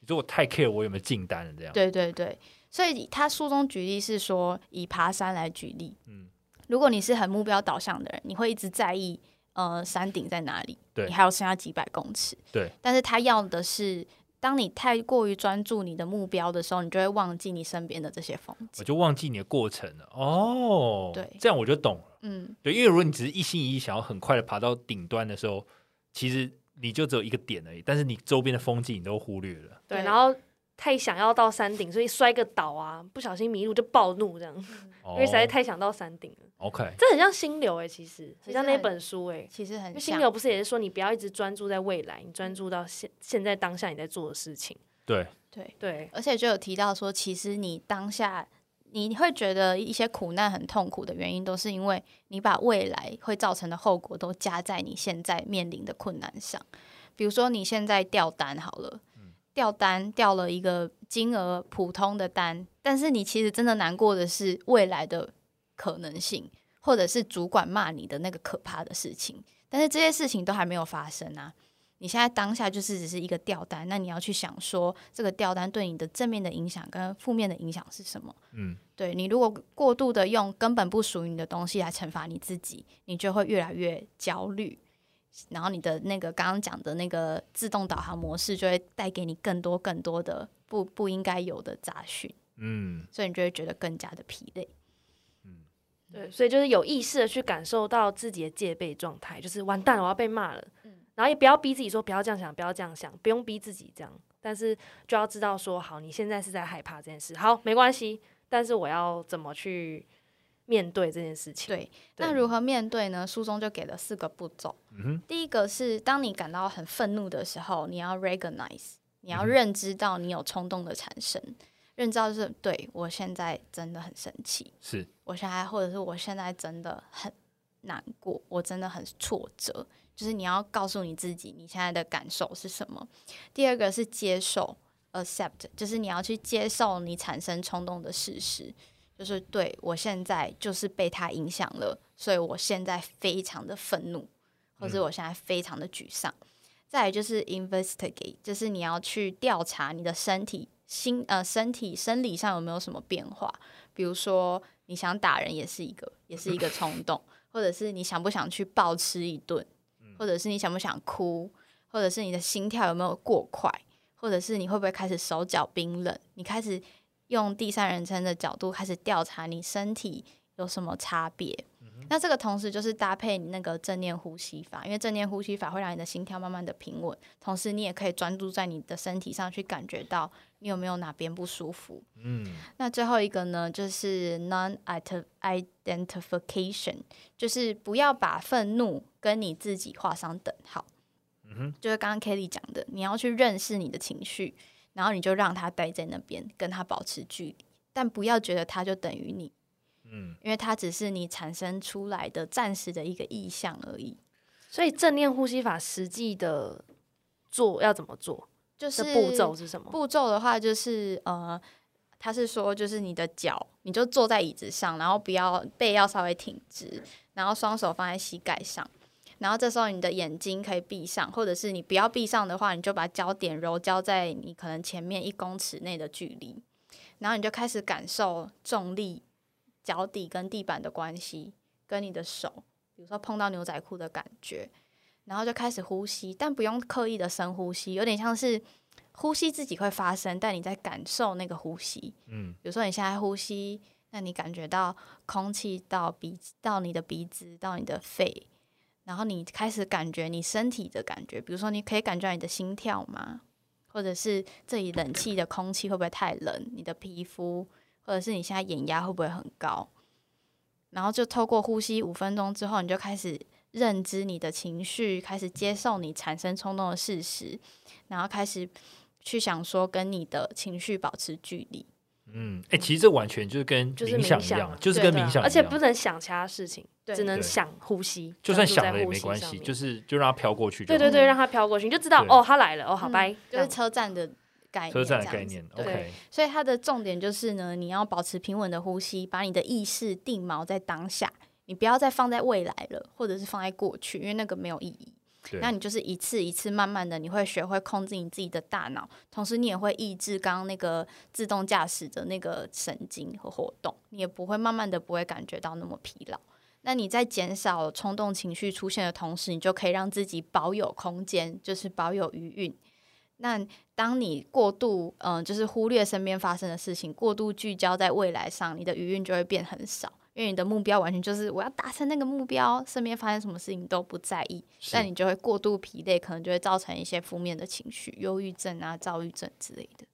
C: 你说我太 care 我有没有进单了这样？
A: 对对对，所以他书中举例是说，以爬山来举例，
C: 嗯，
A: 如果你是很目标导向的人，你会一直在意呃山顶在哪里，
C: 对
A: 你还有剩下几百公尺，
C: 对。
A: 但是他要的是，当你太过于专注你的目标的时候，你就会忘记你身边的这些风
C: 我
A: 景。
C: 就忘记你的过程了。哦，
A: 对
C: 这样我就懂了。
A: 嗯，
C: 对，因为如果你只是一心一意想要很快的爬到顶端的时候，其实你就只有一个点而已，但是你周边的风景你都忽略了。
B: 对，
A: 对
B: 然后太想要到山顶，所以摔个倒啊，不小心迷路就暴怒这样，
C: 哦
B: 因为实在太想到山顶了。
C: OK，
B: 这很像心流哎、其实
A: 其
B: 很
A: 实
B: 像那
A: 很
B: 本书哎、
A: 其实
B: 因
A: 很
B: 为心
A: 像
B: 流不是也是说你不要一直专注在未来，你专注到现现在当下你在做的事情。
C: 对，
A: 对，
B: 对，
A: 而且就有提到说，其实你当下。你会觉得一些苦难很痛苦的原因，都是因为你把未来会造成的后果都加在你现在面临的困难上。比如说你现在掉单好了，掉单掉了一个金额普通的单，但是你其实真的难过的是未来的可能性，或者是主管骂你的那个可怕的事情，但是这些事情都还没有发生啊。你现在当下就是只是一个掉单，那你要去想说这个掉单对你的正面的影响跟负面的影响是什么？
C: 嗯，
A: 对你如果过度的用根本不属于你的东西来惩罚你自己，你就会越来越焦虑，然后你的那个刚刚讲的那个自动导航模式就会带给你更多更多的不不应该有的杂讯，
C: 嗯，
A: 所以你就会觉得更加的疲累。嗯
B: 对，所以就是有意识的去感受到自己的戒备状态，就是完蛋了，我要被骂了。
A: 嗯
B: 然后也不要逼自己说不要这样想，不要这样想，不用逼自己这样。但是就要知道说，好，你现在是在害怕这件事，好，没关系。但是我要怎么去面对这件事情？
A: 对，那如何面对呢？书中就给了四个步骤。
C: 嗯哼，
A: 第一个是，当你感到很愤怒的时候，你要 recognize，你
C: 嗯
A: 要认知到你有冲动的产生，认知到就是对我现在真的很生气，
C: 是
A: 我现在或者是我现在真的很难过，我真的很挫折。就是你要告诉你自己，你现在的感受是什么。第二个是接受 accept，就是你要去接受你产生冲动的事实，就是对我现在就是被他影响了，所以我现在非常的愤怒，或是我现在非常的沮丧。再来就是 investigate，就是你要去调查你的身体、心呃身体生理上有没有什么变化，比如说你想打人也是一个，也是一个冲动，或者是你想不想去暴吃一顿，或者是你想不想哭，或者是你的心跳有没有过快，或者是你会不会开始手脚冰冷，你开始用第三人称的角度开始调查你身体有什么差别。那这个同时就是搭配你那个正念呼吸法，因为正念呼吸法会让你的心跳慢慢的平稳，同时你也可以专注在你的身体上去感觉到你有没有哪边不舒服。
C: 嗯，
A: 那最后一个呢，就是 non identification，就是不要把愤怒跟你自己画上等号。
C: 嗯哼，
A: 就是刚刚 Kelly 讲的，你要去认识你的情绪，然后你就让它待在那边，跟它保持距离，但不要觉得它就等于你，
C: 嗯，
A: 因为它只是你产生出来的暂时的一个意向而已。
B: 所以正念呼吸法实际的做要怎么做
A: 就是
B: 的步骤是什么？
A: 步骤的话，就是呃，他是说就是你的脚，你就坐在椅子上，然后不要背要稍微挺直，然后双手放在膝盖上，然后这时候你的眼睛可以闭上，或者是你不要闭上的话，你就把焦点柔焦在你可能前面一公尺内的距离，然后你就开始感受重力、脚底跟地板的关系，跟你的手，比如说碰到牛仔裤的感觉。然后就开始呼吸，但不用刻意的深呼吸，有点像是呼吸自己会发生，但你在感受那个呼吸。
C: 嗯，
A: 比如说你现在呼吸，那你感觉到空气到鼻子到你的鼻子到你的肺，然后你开始感觉你身体的感觉，比如说你可以感觉到你的心跳吗？或者是这里冷气的空气会不会太冷？你的皮肤，或者是你现在眼压会不会很高？然后就透过呼吸五分钟之后，你就开始认知你的情绪，开始接受你产生冲动的事实，然后开始去想说跟你的情绪保持距离。
C: 嗯，哎、其实这完全就是跟
B: 就是
C: 冥想
B: 冥
C: 一
B: 想
C: 样
B: 啊，
C: 就是
A: 对
C: 跟
A: 对
C: 冥
A: 啊
C: 想一样，
B: 而且不能想其他事情，
A: 对
B: 只能
C: 对
B: 想呼吸，
C: 就算
B: 专注在
C: 想了也
B: 呼
C: 没
B: 吸
C: 关
B: 上
C: 系，
B: 面
C: 就是就让它飘过去就
B: 对
C: 好。
B: 对对，
A: 嗯
B: 让它飘过去，你就知道
C: 对
B: 哦，它来了，哦，好
A: 嗯
B: 拜，这
A: 就
B: 样
A: 是车站的概念，
C: 车站的
A: 这样
C: 概
A: 子
C: 念
A: 对
C: ，OK，
A: 所以它的重点就是呢，你要保持平稳的呼吸，把你的意识定锚在当下，你不要再放在未来了，或者是放在过去，因为那个没有意义。
C: 对
A: 那你就是一次一次慢慢的，你会学会控制你自己的大脑，同时你也会抑制刚刚那个自动驾驶的那个神经和活动，你也不会慢慢的不会感觉到那么疲劳。那你在减少冲动情绪出现的同时，你就可以让自己保有空间，就是保有余韵。那当你过度，嗯、就是忽略身边发生的事情，过度聚焦在未来上，你的余韵就会变很少，因为你的目标完全就是我要达成那个目标，身边发生什么事情都不在意，
C: 是
A: 但你就会过度疲累，可能就会造成一些负面的情绪，忧郁症啊、躁郁症之类的。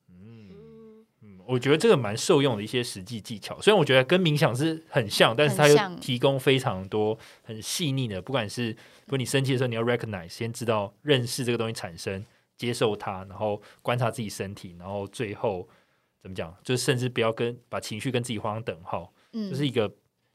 C: 嗯我觉得这个蛮受用的一些实际技巧。虽然我觉得跟冥想是很像，但是它
A: 很
C: 又
A: 像
C: 提供非常多很细腻的，不管是如果你生气的时候，你要 recognize，先知道认识这个东西产生，接受它，然后观察自己身体，然后最后怎么讲，就是甚至不要跟把情绪跟自己画上等号，
A: 嗯，
C: 就是一个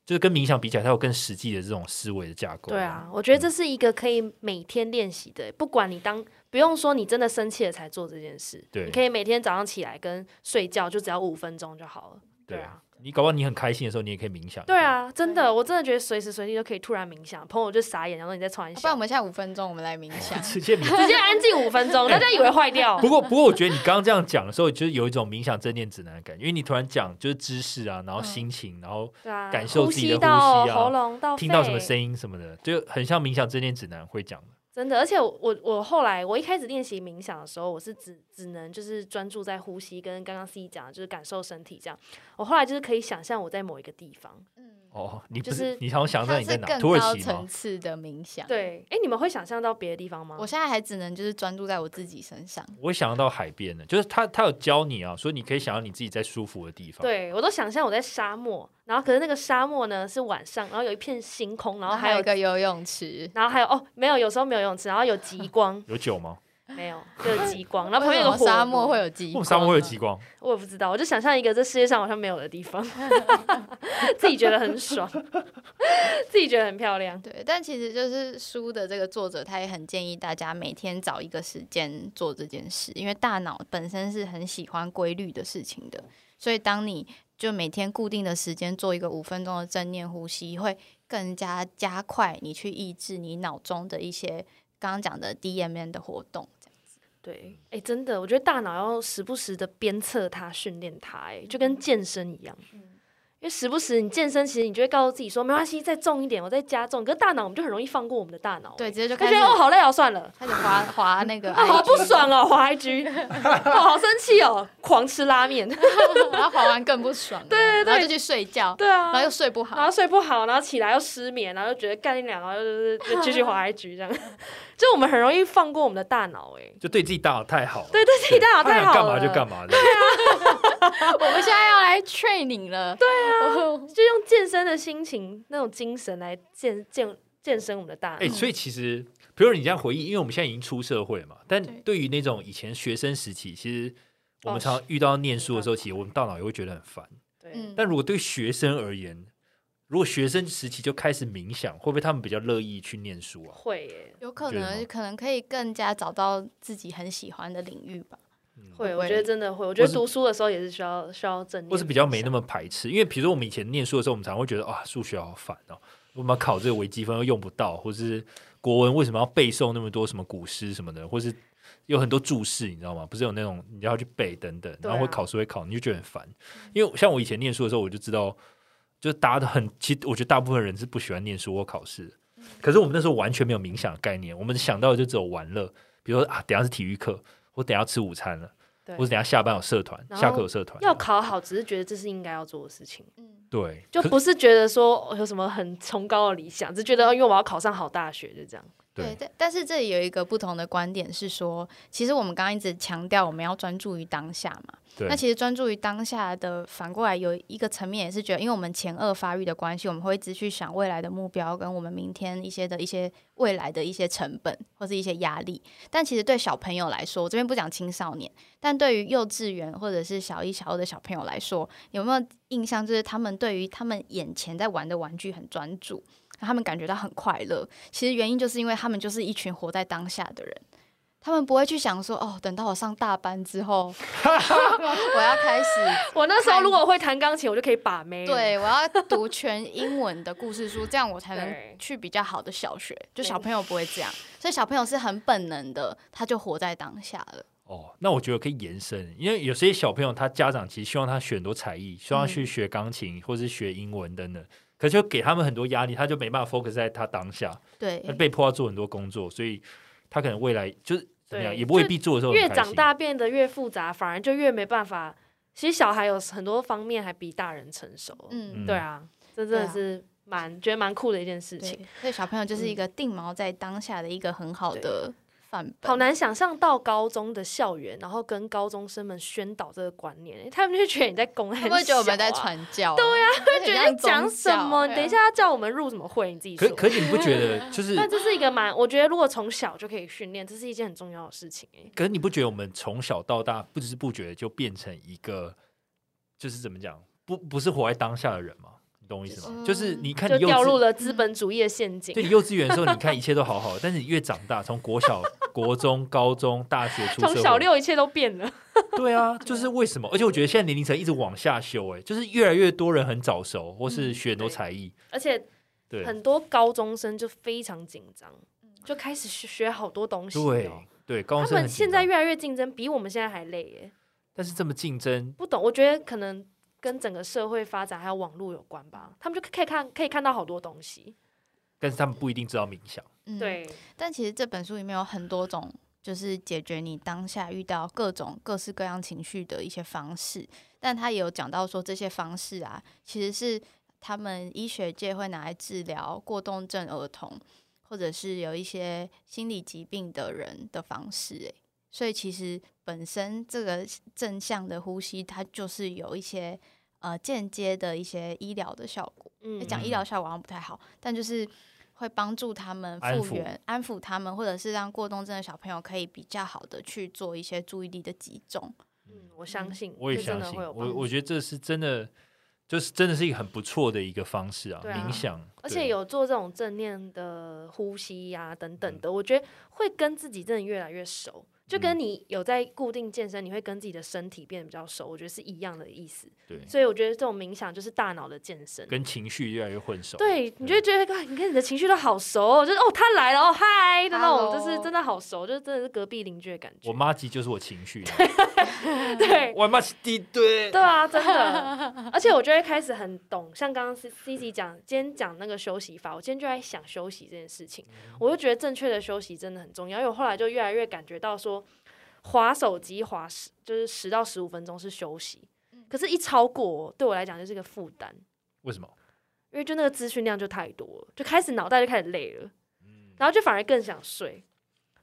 C: 就是跟冥想比起来，它有更实际的这种思维的架构。
B: 对啊，，我觉
C: 嗯
B: 得这是一个可以每天练习的，欸不管你当不用说你真的生气了才做这件事，
C: 对
B: 你可以每天早上起来跟睡觉就只要五分钟就好了。
C: 对
B: 对啊，
C: 你搞不好你很开心的时候，你也可以冥想。。
B: 对，啊，真的，我真的觉得随时随地都可以突然冥想，朋友就傻眼，然后你在传
A: 不然我
B: 想，
A: 们现在五分钟，我们来冥想
C: [LAUGHS] 直接冥
B: [LAUGHS]
C: 想。
B: 直接安静五分钟，大家以为坏掉
C: 不。过，不过，我觉得你刚刚这样讲的时候，就是有一种冥想正念指南的感觉，因为你突然讲就是知识啊，然后心情，然后
B: 对啊，
C: 感受
B: 呼
C: 自己的
B: 吸
C: 呼吸啊
B: 到喉咙到
C: 听到什
B: 肺
C: 么声音什么的，就很像冥想正念指南会讲的。
B: 真的，而且我我我后来我一开始练习冥想的时候，我是只只能就是专注在呼吸，跟刚刚 C 讲的就是感受身体这样。我后来就是可以想象我在某一个地方。
A: 嗯，
C: 哦，你不
B: 就是是
C: 你好像想知道
A: 它
C: 你在
A: 是
C: 哪？
A: 更
C: 土耳
A: 高
C: 其吗
A: 层？次的冥想。，
B: 对，哎、你们会想象到别的地方吗？
A: 我现在还只能就是专注在我自己身上。
C: 我想到海边的，就是他他有教你啊，所以你可以想到你自己在舒服的地方。，，
B: 对我都想象我在沙漠，然后可是那个沙漠呢是晚上，然后有一片星空，然后还
A: 还
B: 有
A: 一个游泳池，
B: 然后还有哦，没有，有时候没有游泳池，然后有
A: [LAUGHS]
B: 极光
C: 有酒吗？
B: 没有，就有极光，然后旁
A: 为
B: 边
A: 什
B: 有
A: 么
B: 个火
A: 沙漠
B: 炉
A: 会有极
C: 为什
A: 光
C: 么
A: 啊，
C: 沙漠会有极光？
B: 我也不知道，我就想象一个这世界上好像没有的
A: [LAUGHS]
B: 地方，自己觉得很爽， [LAUGHS] 自己觉得很漂亮。
A: 对，但其实就是书的这个作者，他也很建议大家每天找一个时间做这件事，因为大脑本身是很喜欢规律的事情的，所以当你就每天固定的时间做一个五分钟的正念呼吸，会更加加快你去抑制你脑中的一些刚刚讲的 DMN 的活动。这样
B: 对，哎、真的，我觉得大脑要时不时的鞭策它、训练它，哎，就跟健身一样。因为时不时你健身，其实你就会告诉自己说，没关系，再重一点，我再加重。可是大脑我们就很容易放过我们的大脑，
A: 对，
B: 哎，
A: 直接就
B: 他
A: 开
B: 觉
A: 始
B: 得
A: [LAUGHS]
B: 哦，好累哦，算了，
A: 开始滑滑那 [LAUGHS] 个 IG，
B: 啊，好不爽哦，滑 [LAUGHS] IG，哦，好生气哦，狂吃拉面。 [LAUGHS]
A: 然后滑完更不爽哦了，对
B: 对对
A: 然后就去睡觉，
B: 对啊，
A: 然后又睡不好
B: 然。后睡不好，然后起来又失眠，然后就觉得干一两，然后就是就继续滑 IG 这样。 [LAUGHS] 就我们很容易放过我们的大脑、欸，
C: 就对自己大脑太好了，
B: 对对自己大脑
C: 他
B: 太
C: 想
B: 好
C: 干嘛就
B: 了
C: 干嘛的。
A: 我们现在要来 training 了，对啊，
B: 就用健身的心情、那种精神来健健健身我们的大脑。
C: 哎、所以其实，比如你这样回忆，因为我们现在已经出社会嘛，但
A: 对
C: 对于那种以前学生时期，其实我们
B: 哦
C: 常
B: 是
C: 遇到念书的时候，其实我们大脑也会觉得很烦。
B: 对，
A: 嗯，
C: 但如果对学生而言，如果学生时期就开始冥想，会不会他们比较乐意去念书啊？
B: 会耶、
A: 有可
C: 觉得吗
A: 能，可能可以更加找到自己很喜欢的领域吧。
B: 会，
A: 会
B: 我觉得真的会。我觉得
C: 是
B: 读书的时候也是需要需要正念，
C: 或是比较没那
B: 么。
C: 么排斥？因为比如说我们以前念书的时候，我们常常会觉得啊，数学好烦哦，我们要考这个微积分又用不到，或是国文为什么要背诵那么多什么古诗什么的，或是有很多注释，你知道吗？不是有那种你要去背等等，
B: 对
C: 然
B: 啊
C: 后会考试会考，你就觉得很烦。因为像我以前念书的时候，我就知道，就是大家都很，其实我觉得大部分人是不喜欢念书或考试的。
B: 嗯
C: 可是我们那时候完全没有冥想的概念，我们想到的就只有玩乐，比如说啊，等一下是体育课，我等一下吃午餐了，
B: 对
C: 或者等一下下班有社团，
B: 然后
C: 下课有社团，
B: 要考好，只是觉得这是应该要做的事情，
A: 嗯，
C: 对，
B: 就
C: 可
B: 不是觉得说哦有什么很崇高的理想，只是觉得哦因为我要考上好大学，就这样。
A: 对，
C: 对，
A: 但但是这里有一个不同的观点是说，其实我们刚刚一直强调我们要专注于当下嘛。
C: 对
A: 那其实专注于当下的，反过来有一个层面也是觉得，因为我们前二发育的关系，我们会一直去想未来的目标，跟我们明天一些的一些未来的一些成本或是一些压力。但其实对小朋友来说，我这边不讲青少年，但对于幼稚园或者是小一、小二的小朋友来说，有没有印象？就是他们对于他们眼前在玩的玩具很专注，他们感觉到很快乐。其实原因就是因为他们就是一群活在当下的人。他们不会去想说哦，等到我上大班之后， [LAUGHS] 我要开
B: [LAUGHS]
A: 始
B: 我那时候如果会弹钢琴，我就可以把妹。，
A: 对我要读全英文的故
B: [LAUGHS]
A: 事书，这样我才
B: 对
A: 能去比较好的小学。就
B: 没
A: 小朋友不会这样，所以小朋友是很本能的，他就活在当下了。
C: 哦，那我觉得可以延伸，因为有些小朋友他家长其实希望他学很多才艺，希望他
B: 嗯
C: 去学钢琴或是学英文等等，可是就给他们很多压力，他就没办法 focus 在他当下，
A: 对
C: 他，被迫要做很多工作，所以他可能未来就是怎么样，
B: 对
C: 也未必做的时候很
B: 越
C: 开
B: 长
C: 心，
B: 大变得越复杂，反而就越没办法。其实小孩有很多方面还比大人成熟。
A: 嗯，
C: 嗯
B: 对啊，这真的是蛮、觉得蛮酷的一件事情。
A: 对，所以小朋友就是一
B: 嗯
A: 个定锚在当下的一个很好的范本。
B: 好难想象到高中的校园，然后跟高中生们宣导这个观念， [LAUGHS] 他们就觉得你在公开、
A: 会不会觉得我们在？传教啊？对呀、啊，
B: 他觉得在讲什么？你等
A: 啊
B: 一下要叫我们入什么会？你自己说
C: 可。可是你不觉
B: [LAUGHS]
C: 得就是
B: 但这是一个蛮，我觉得如果从小就可以训练，这是一件很重要的事情、欸。
C: 可是你不觉得我们从小到大不知不觉就变成一个，就是怎么讲，不不是活在当下的人吗？你懂我意思吗？
A: 嗯
C: 就是你看
B: 就
C: 你幼
B: 掉入
C: 稚，嗯
B: 了资本主义的陷阱
C: [LAUGHS] 对。你幼稚园的时候，你看一切都好好的， [LAUGHS] 但是你越长大，从国小、 [LAUGHS] 国中、高中、大学、出社
B: 从
C: 会，
B: 小六一切都变了，
C: [LAUGHS] 对啊，就是为什么？而且我觉得现在年龄层一直往下修、哎，就是越来越多人很早熟，或是学很多才艺，
B: 而且
C: 对
B: 嗯很多高中生就非常紧张，就开始学学好多东西哦、
C: 对对，
B: 嗯
C: 高中
B: 他
C: 生
B: 们
C: 很紧
B: 现在
C: 张
B: 越来越竞争，比我们现在还累耶。
C: 但是这么竞争，
B: 不懂，我觉得可能跟整个社会发展还有网络有关吧。他们就可以看可以看到好多东西。
C: 但是他们不一定知道冥想。
A: 嗯。
B: 对，
A: 但其实这本书里面有很多种，就是解决你当下遇到各种各式各样情绪的一些方式。但他也有讲到说，这些方式啊，其实是他们医学界会拿来治疗过动症儿童，或者是有一些心理疾病的人的方式、欸。所以其实本身这个正向的呼吸，它就是有一些呃间接的一些医疗的效果。
B: 嗯，
A: 讲医疗效果好像不太好，但就是会帮助他们
C: 安
A: 复
C: 抚
A: 原、安抚他们，或者是让过动症的小朋友可以比较好的去做一些注意力的集中。
B: 嗯，我相信，
C: 我也
B: 这真
C: 相
B: 的
C: 信，
B: 会有
C: 我
B: 帮助
C: 我觉得这是真的，就是真的是一个很不错的一个方式啊，
B: 对啊
C: 冥想，
B: 而
C: 对
B: 且有做这种正念的呼吸呀、等等
C: 嗯
B: 的，我觉得会跟自己真的越来越熟，就跟你有在固定健身，你会跟自己的身体变得比较熟，我觉得是一样的意思。
C: 对
B: 所以我觉得这种冥想就是大脑的健身。
C: 跟情绪越来越混熟。
B: 对，你就会觉得，哇你看你的情绪都好熟、哦，就是哦，他来了，哦，嗨的那种，
A: Hello
B: 就是真的好熟，就是真的是隔壁邻居的感觉
C: 我。妈鸡就是我情绪，
B: [LAUGHS] 对，
C: 我妈鸡一堆
B: 对。啊，真的。而且我就会开始很懂，像刚刚 C C C 讲，今天讲那个休息法，我今天就在想休息这件事情，我就觉得正确的休息真的很重要。因为我后来就越来越感觉到说，划手机划十就是十到十五分钟是休息，可是一超过对我来讲就是个负担，
C: 为什么？
B: 因为就那个资讯量就太多了，就开始脑袋就开始累了，
C: 嗯
B: 然后就反而更想睡。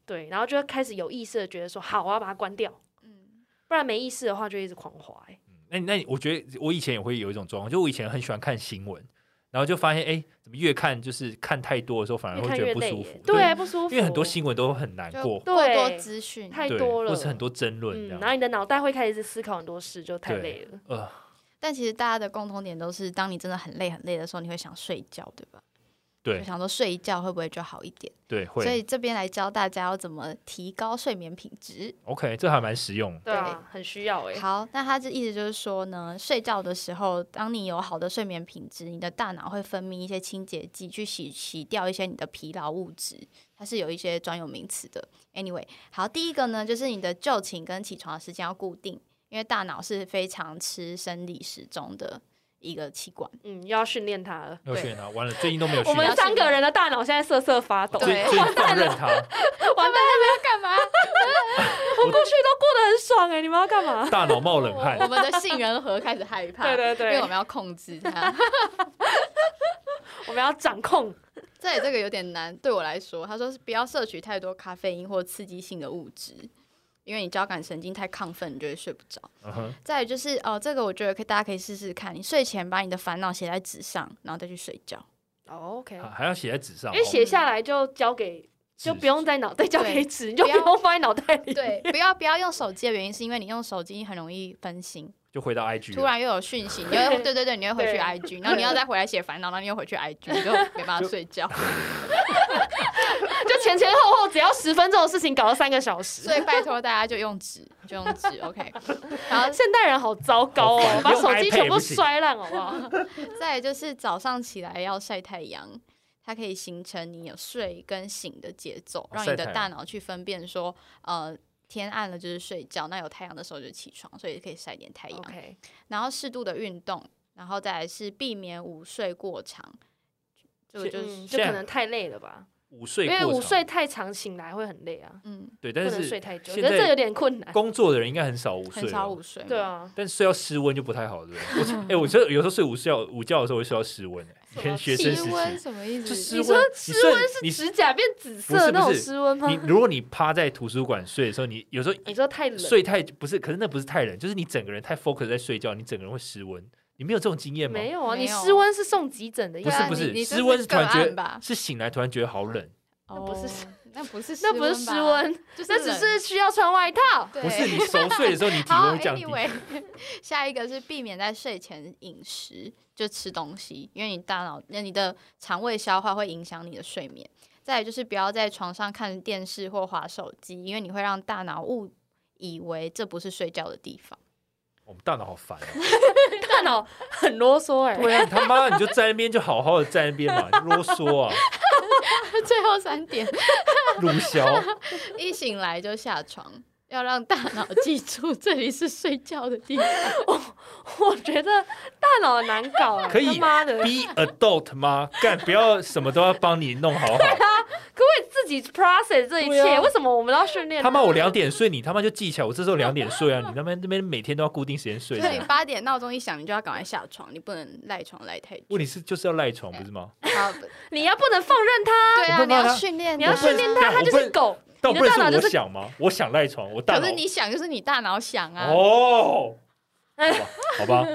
B: 对，然后就开始有意识的觉得说，好，我要把它关掉，
A: 嗯，
B: 不然没意识的话就一直狂滑、欸。
C: 那你那你我觉得我以前也会有一种状况，就我以前很喜欢看新闻，然后就发现哎，怎么越看就是看太多的时候，反而
B: 越
C: 会
B: 看
C: 觉
B: 越
C: 得不
B: 累
C: 舒
B: 耶
C: 服，，
B: 对，不舒服，
C: 因为很多新闻都很难
A: 就
C: 过，
A: 过多
B: 对
A: 资讯。
B: 太
C: 对
B: 多了，
C: 或是很多争论
B: 嗯，
C: 这样，
B: 然后你的脑袋会开始思考很多事，就太
C: 对
B: 累了。
C: 呃，
A: 但其实大家的共同点都是，当你真的很累很累的时候，你会想睡觉，对吧？
C: 对
A: 就想说睡一觉会不会就好一点？
C: 对，
A: 所
C: 会
A: 以这边来教大家要怎么提高睡眠品质。
C: OK，这还蛮实用，
B: 对啊，很需要哎、
A: 好，那他这意思就是说呢，睡觉的时候，当你有好的睡眠品质，你的大脑会分泌一些清洁剂去洗洗掉一些你的疲劳物质，它是有一些专有名词的。Anyway，好，第一个呢，就是你的就寝跟起床的时间要固定，因为大脑是非常吃生理时钟的一个器官。
B: 嗯，又要训练它了。
C: 要训练他，完了最近都没有
B: 我
C: 训
B: 们
C: 练，
B: 三个人的大脑现在瑟瑟发抖，
C: 最
A: 对
C: 最近放任他，
B: 完蛋，
A: 要干嘛？
B: 我过去都过得很爽哎、你们要
A: [LAUGHS]
B: 干嘛？
C: 大脑冒冷
B: [LAUGHS]
C: 汗
A: 我，们的杏仁核开始害怕，
B: 对对
A: 因为
B: 对
A: 我，们要控制它。
B: 我们要掌控。
A: 这里这个有点难，对我来说，他说是不要摄取太多咖啡因或刺激性的物质，因为你交感神经太亢奋，你就会睡不着。
C: 嗯哼，
A: 再来就是哦，这个我觉得可以，大家可以试试看，你睡前把你的烦恼写在纸上，然后再去睡觉。
B: 哦，OK，
C: 还还要写在纸上，哦
B: 因为写下来就交给，
C: 纸
B: 就不用在脑袋交给
A: 对
B: 纸，你就
A: 不
B: 不
A: 要
B: 用放在脑袋里。
A: 对，不要不要用手机的原因是因为你用手机很容易分心，
C: 就回到 IG 了。
A: 突然又有讯息，你又对对对，你又回去
B: 对
A: IG，然后你要再回来写烦恼，然后你又回去 IG，你就没办法睡觉。
B: 就前前后后只要十分钟的事情，搞了三个小时。
A: 所以拜托大家就用纸，就用纸，OK。然后
B: 现代人好糟糕
C: 好
B: 哦，
C: 烦
B: 把
C: 用
B: 手机
C: iPad
B: 全
C: 也
B: 部
C: 不行
B: 摔烂，好
A: [LAUGHS]
B: 不好？
A: 再来就是早上起来要晒太阳，它可以形成你有睡跟醒的节
B: 哦
A: 奏，让你
C: 晒
A: 的
C: 太阳
A: 大脑去分辨说，呃，天暗了就是睡觉，那有太阳的时候就起床，所以可以晒点太阳。
B: OK，
A: 然后适度的运动，然后再来是避免午睡过长，这个
C: 是
A: 就是
B: 嗯，就
C: 现在
B: 可能太累了吧，
C: 午睡
B: 因
C: 过
B: 为
C: 长，
B: 午睡太长，醒来会很累啊，
A: 嗯，
C: 对，
B: 不
C: 但
B: 能
C: 是
B: 睡太久，我
C: 现
B: 觉得这有
C: 在
B: 点困难。
C: 工作的人应该很少午睡，
A: 很少午。睡嘛。
B: 对啊，
C: 但睡到失温就不太好，
A: [LAUGHS]
C: 对不对？我哎、我觉得有时候睡午觉午觉的时候会睡到失温、欸，以前学生时
A: 低温
C: 期
A: 什么意
C: 就
A: 思？
C: 失
B: 说
C: 温，
B: 失
C: 温你睡
B: 指甲变紫
C: 不
B: 色
C: 是
B: 那种
C: 不是
B: 失温吗
C: 你？你如果你趴在图书馆睡的时候，你有时
A: 哎
C: 候
B: 你说太冷，
C: 睡太不是，可是那不是太冷，就是你整个人太 focus 在睡觉，你整个人会失温。你没有这种经验吗？
B: 没有啊？
A: 没
B: 你
A: 有
B: 失温是送急诊的，
C: 不
A: 对
C: 是
A: 啊
C: 不
A: 你你
C: 是，
A: 这
C: 失温
A: 是
C: 是突然
A: 个
C: 觉
A: 案吧
C: 得是醒来突然觉得好冷，
A: 那
B: 那不是，
A: [LAUGHS] 那不是，
B: 那不是失，温，
A: 就是
B: 那只
A: 冷
B: 是需要穿外套。
A: 对
C: 不是你熟睡的时候你体
A: 好
C: 温会降低。
A: [LAUGHS]
C: 哦
A: ，anyway，下一个是避免在睡前饮食，就吃东西，因为你大脑、那你的肠胃消化会影响你的睡眠。再来就是不要在床上看电视或划手机，因为你会让大脑误以为这不是睡觉的地
C: [LAUGHS]
A: 方。
C: 我们大脑好烦、哦。
B: 大脑很啰嗦哎，
C: 对啊，你他妈你就在那边就好好的在那边嘛，你啰嗦
A: [LAUGHS]
C: 啊，
A: 最后三点，
C: 鲁枭。
A: 一醒来就下床，要让大脑记住这里是睡觉的地方。
B: 我觉得大脑很难搞哎，
C: [LAUGHS] 可以
B: 他妈的，
C: be adult 吗？干，不要什么都要帮你弄
B: [LAUGHS]
C: 好
B: 可
C: 好。
B: 不可以自己 process 这一
C: 对
B: 切？
C: 啊
B: 为什么我们要训练呢？
C: 他妈，我两点睡，你他妈就记起来，我这时候两点睡啊，你他妈那边每天都要固定时间睡
A: 就
C: 这
A: 是你
C: 样。
A: 八点闹钟一响，你就要赶快下床，你不能赖床赖太久。
C: 问题是就是要赖床，不是吗？
A: 好，
B: 你要不能放任它，
A: 对啊，
C: 我不能
A: 你
C: 让
A: 要
C: 他
A: 训练，
B: 你要
C: 我不
B: 训
C: 能
B: 练它，它
C: 我
B: 就
C: 不
B: 是
C: 能
B: 狗。
C: 但
B: 你
C: 不
B: 的
C: 能
B: 大脑就
C: 我
B: 是
C: 想吗？我想赖床，我大
A: 可
C: 脑
A: 是你想，就是你大脑想啊。
C: 哦，好吧，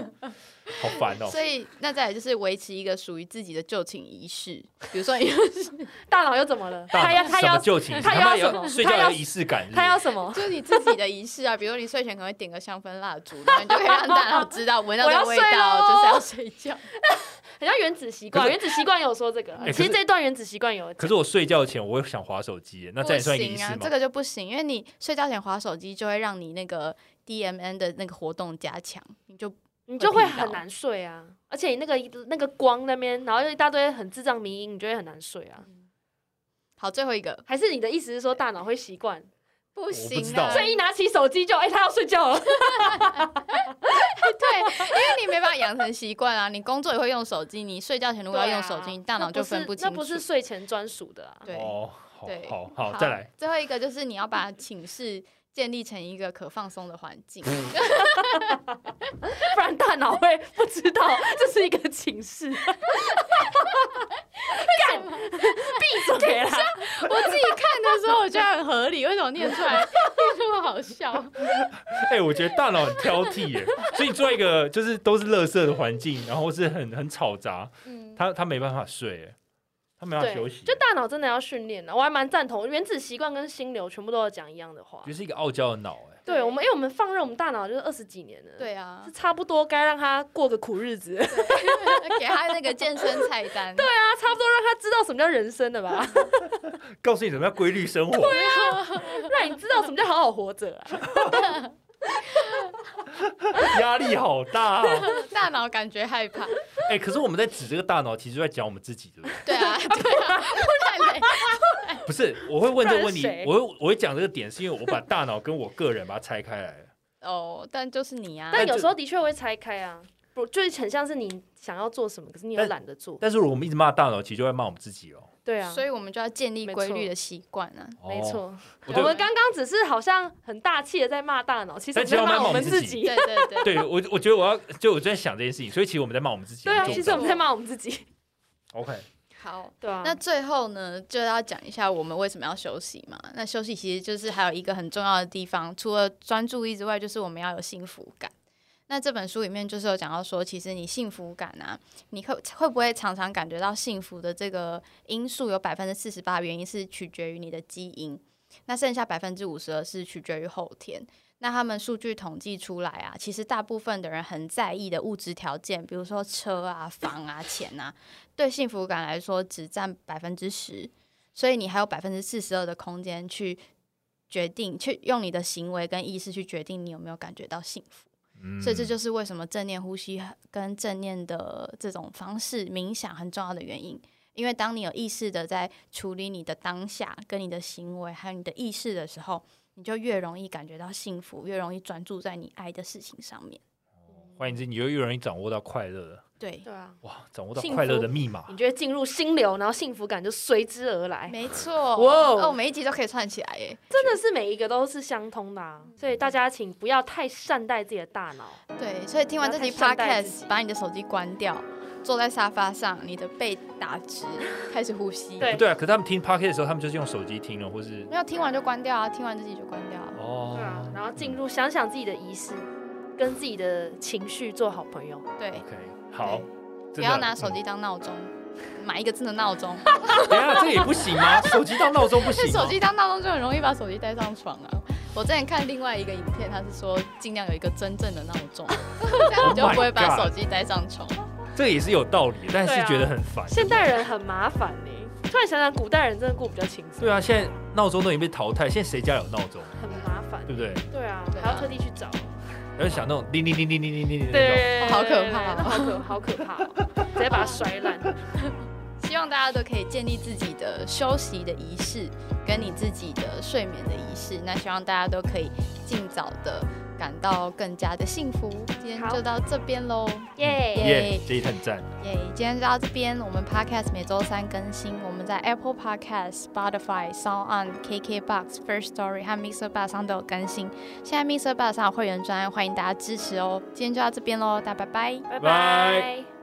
C: 好烦哦。
A: 所以，那再来就是维持一个属于自己的就寝仪式，比如说你 [LAUGHS] 就是
B: 大脑又怎么了？
C: 大
B: 它要
C: 脑
B: 它
C: 什么
B: 要
C: 旧情？
B: 他
C: 他妈
B: 要什么
C: 睡
B: 他
C: 觉
B: 要
C: 有仪式感是不是，
B: 它要什么？
A: 就是你自己的仪式啊，比如你睡前可能会点个香氛蜡烛，然后你就可以让大脑知道闻到
B: 我
A: 这
B: 要
A: 个味
B: 睡
A: 道就是
B: 咯
A: 要睡觉。
B: 很像原子习惯，
C: 可是
B: 原子习惯有说这个，啊
C: 哎
B: 其实
C: 可是
B: 这一段原子习惯有
C: 可
B: 讲。
C: 是我睡觉前我会想划手机，那这
A: 不
C: 也算一个
A: 行
C: 仪式
A: 啊
C: 吗，？
A: 这个就不行，因为你睡觉前划手机就会让你那个 DMN 的那个活动加强，你就
B: 你就会
A: 会疲劳
B: 很难睡啊，而且你那个那个光那边，然后又一大堆很智障迷音，你就会很难睡啊。
A: 嗯好。最后一个
B: 还是你的意思是说大脑会习惯，
A: 不
C: 知
A: 行
C: 道
A: 啊，
B: 所以一拿起手机就哎、他要睡觉了，
A: [LAUGHS] 对，因为你没办法养成习惯啊，你工作也会用手机，你睡觉前如果要用手
B: 对啊
A: 机，你大脑就分
B: 那不是
A: 清楚。
B: 那不是睡前专属的啊。
A: 对。
C: 哦，好
A: 对
C: 好好，再来。。
A: 最后一个就是你要把寝室建立成一个可放松的环境。
B: 不然大脑会不知道这是一个寝室。 [LAUGHS] 干，闭嘴啦！
A: 我自己看的时候我觉得很合理，为什么念出 [LAUGHS] 来那么好笑？
C: 哎、我觉得大脑很挑剔耶，所以你做一个就是都是垃圾的环境，然后是很很嘈杂，
A: 嗯，
C: 他他没办法睡耶，他没办法休息，
B: 就大脑真的要训练啊的，我还蛮赞同。原子习惯跟心流全部都有讲一样的话
C: 就。是一个傲娇的脑哎。
B: 对我们，因为我们放任我们大脑就是二十几年了，，
A: 对啊
B: 是，差不多该让他过个苦日 [LAUGHS] 子，对
A: 给他那个健身菜单。对
B: 啊，差不多让他知道什么叫人生了 [LAUGHS] 吧，
C: 告诉你怎么样规
B: [LAUGHS]
C: 律生活。
B: 让你知道什么叫好好活着 [LAUGHS] 啊。
C: 压力好大、哦。
A: 大脑感觉害怕。
C: [LAUGHS] 哎、可是我们在指这个大脑，其实就在讲我们自己，对不
A: 对
C: 对？
A: 啊， [LAUGHS] 对啊，不然嘞，
C: 不是，我会问这个问题
B: 不然是谁，
C: 我会我会讲这个点，是因为我把大脑跟我个人把它拆开来了。
A: 哦，但就是你啊。
B: 但有时候的确会拆开啊，不就是很像是你想要做什么，可是你又
C: 但
B: 懒得做，
C: 但是如果我们一直骂大脑，其实就在骂我们自己哦。
B: 对啊，
A: 所以我们就要建立规律的习惯啊。 [LAUGHS]
B: 没
C: 哦，
B: 错。
C: 我
B: 我
C: 对
B: 们刚刚只是好像很大气的在骂大脑，其实我
C: 但
B: 们
C: 其实
B: 在
C: 我们
B: 骂
C: 在骂
B: 我
C: 我
B: 们
C: 们
B: 自
C: 自己
B: 己。
A: 对对对，
C: 对我我觉得我要就我就在想这件事情，所以其实我们在骂我们自己。
B: 对啊，
C: 们做
B: 其
C: 不
B: 实我
C: 到
B: 们在骂我们自己。
C: OK，
A: 好，
B: 对啊，
A: 那最后呢，就要讲一下我们为什么要休息嘛。那休息其实就是还有一个很重要的地方，除了专注力之外，就是我们要有幸福感。那这本书里面就是有讲到说，其实你幸福感啊，你会会不会常常感觉到幸福的这个因素有百分之四十八原因是取决于你的基因，那剩下百分之五十二是取决于后天。那他们数据统计出来啊，其实大部分的人很在意的物质条件，比如说车啊、房啊、钱啊，对幸福感来说只占百分之十，所以你还有百分之四十二的空间去决定，去用你的行为跟意识去决定你有没有感觉到幸福。
C: 嗯
A: 所以这就是为什么正念呼吸跟正念的这种方式冥想很重要的原因。因为当你有意识的在处理你的当下、跟你的行为还有你的意识的时候，你就越容易感觉到幸福，越容易专注在你爱的事情上面。
C: 换言之，你就越容易掌握到快乐了。
A: 对，
B: 对啊，
C: 哇，掌握到
B: 幸
C: 快乐
B: 福
C: 的密码
B: 你，就会进入心流，然后幸福感就随之而来。
A: 没错。
B: 哇哦
A: 哦，我每一集都可以串起来耶。
B: 真的是每一个都是相通的、
A: 嗯
B: 啊，所以大家请不要太善待自己的大脑。
A: 对，所以听完这集
B: 不要太善待自
A: podcast，把你的手机关掉，坐在沙发上，你的背打
B: [LAUGHS]
A: 直，开始呼吸。
B: 对
C: 不对啊。可是他们听 p o c k e t 的时候，他们就是用手机听哦了，或是
A: 没有听完就关掉啊，听完这集就关掉啊。
C: 哦
B: 对啊，然后进入想想自己的仪式，跟自己的情绪做好朋友。
A: 对，
C: OK，好，嗯
A: 不
C: 不
A: 要拿手。机当闹钟，买一个真的闹
B: [LAUGHS]
A: 钟。
C: 嗯等一下，这也不行吗？手机当闹钟不
A: 这
B: 哦
C: 行吗？啊
A: 手机当闹钟就很容易把手机带上床
B: [LAUGHS]
A: 啊。我之前看另外一个影片，他是说尽量有一个真正的闹
B: [LAUGHS]
A: 钟，这样你就不会把
C: Oh my
A: 手
C: God
A: 机带上床。
C: 这个也是有道理的，但是
B: 对啊
C: 觉得很烦。
B: 现代人很麻烦呢、突然想想，古代人真的过比较轻松，
C: 对啊，现在闹钟都已经被淘汰，现在谁家有闹钟？
B: 很麻烦。
C: 对不对？
B: 对啊
A: 对，啊
B: 还要特地去找。
C: 然后想那种叮叮叮叮叮叮叮叮那种。
B: 对，
A: 好可怕哦
B: 好可好可怕哦，直接把它摔烂。
A: [LAUGHS] 希望大家都可以建立自己的休息的仪式，跟你自己的睡眠的仪式。那希望大家都可以尽早的感到更加的幸福。今天就到这边喽，
B: 耶！
C: 耶，这一很赞。
A: 耶、今天就到这边。我们 Podcast 每周三更新，我们在 Apple Podcast、Spotify、Sound On、KKBox、First Story 和 Mixer Bar 上都有更新。现在 Mixer Bar 上有会员专案，欢迎大家支持哦。今天就到这边喽，大家拜拜。
B: 拜
C: 拜
B: 拜。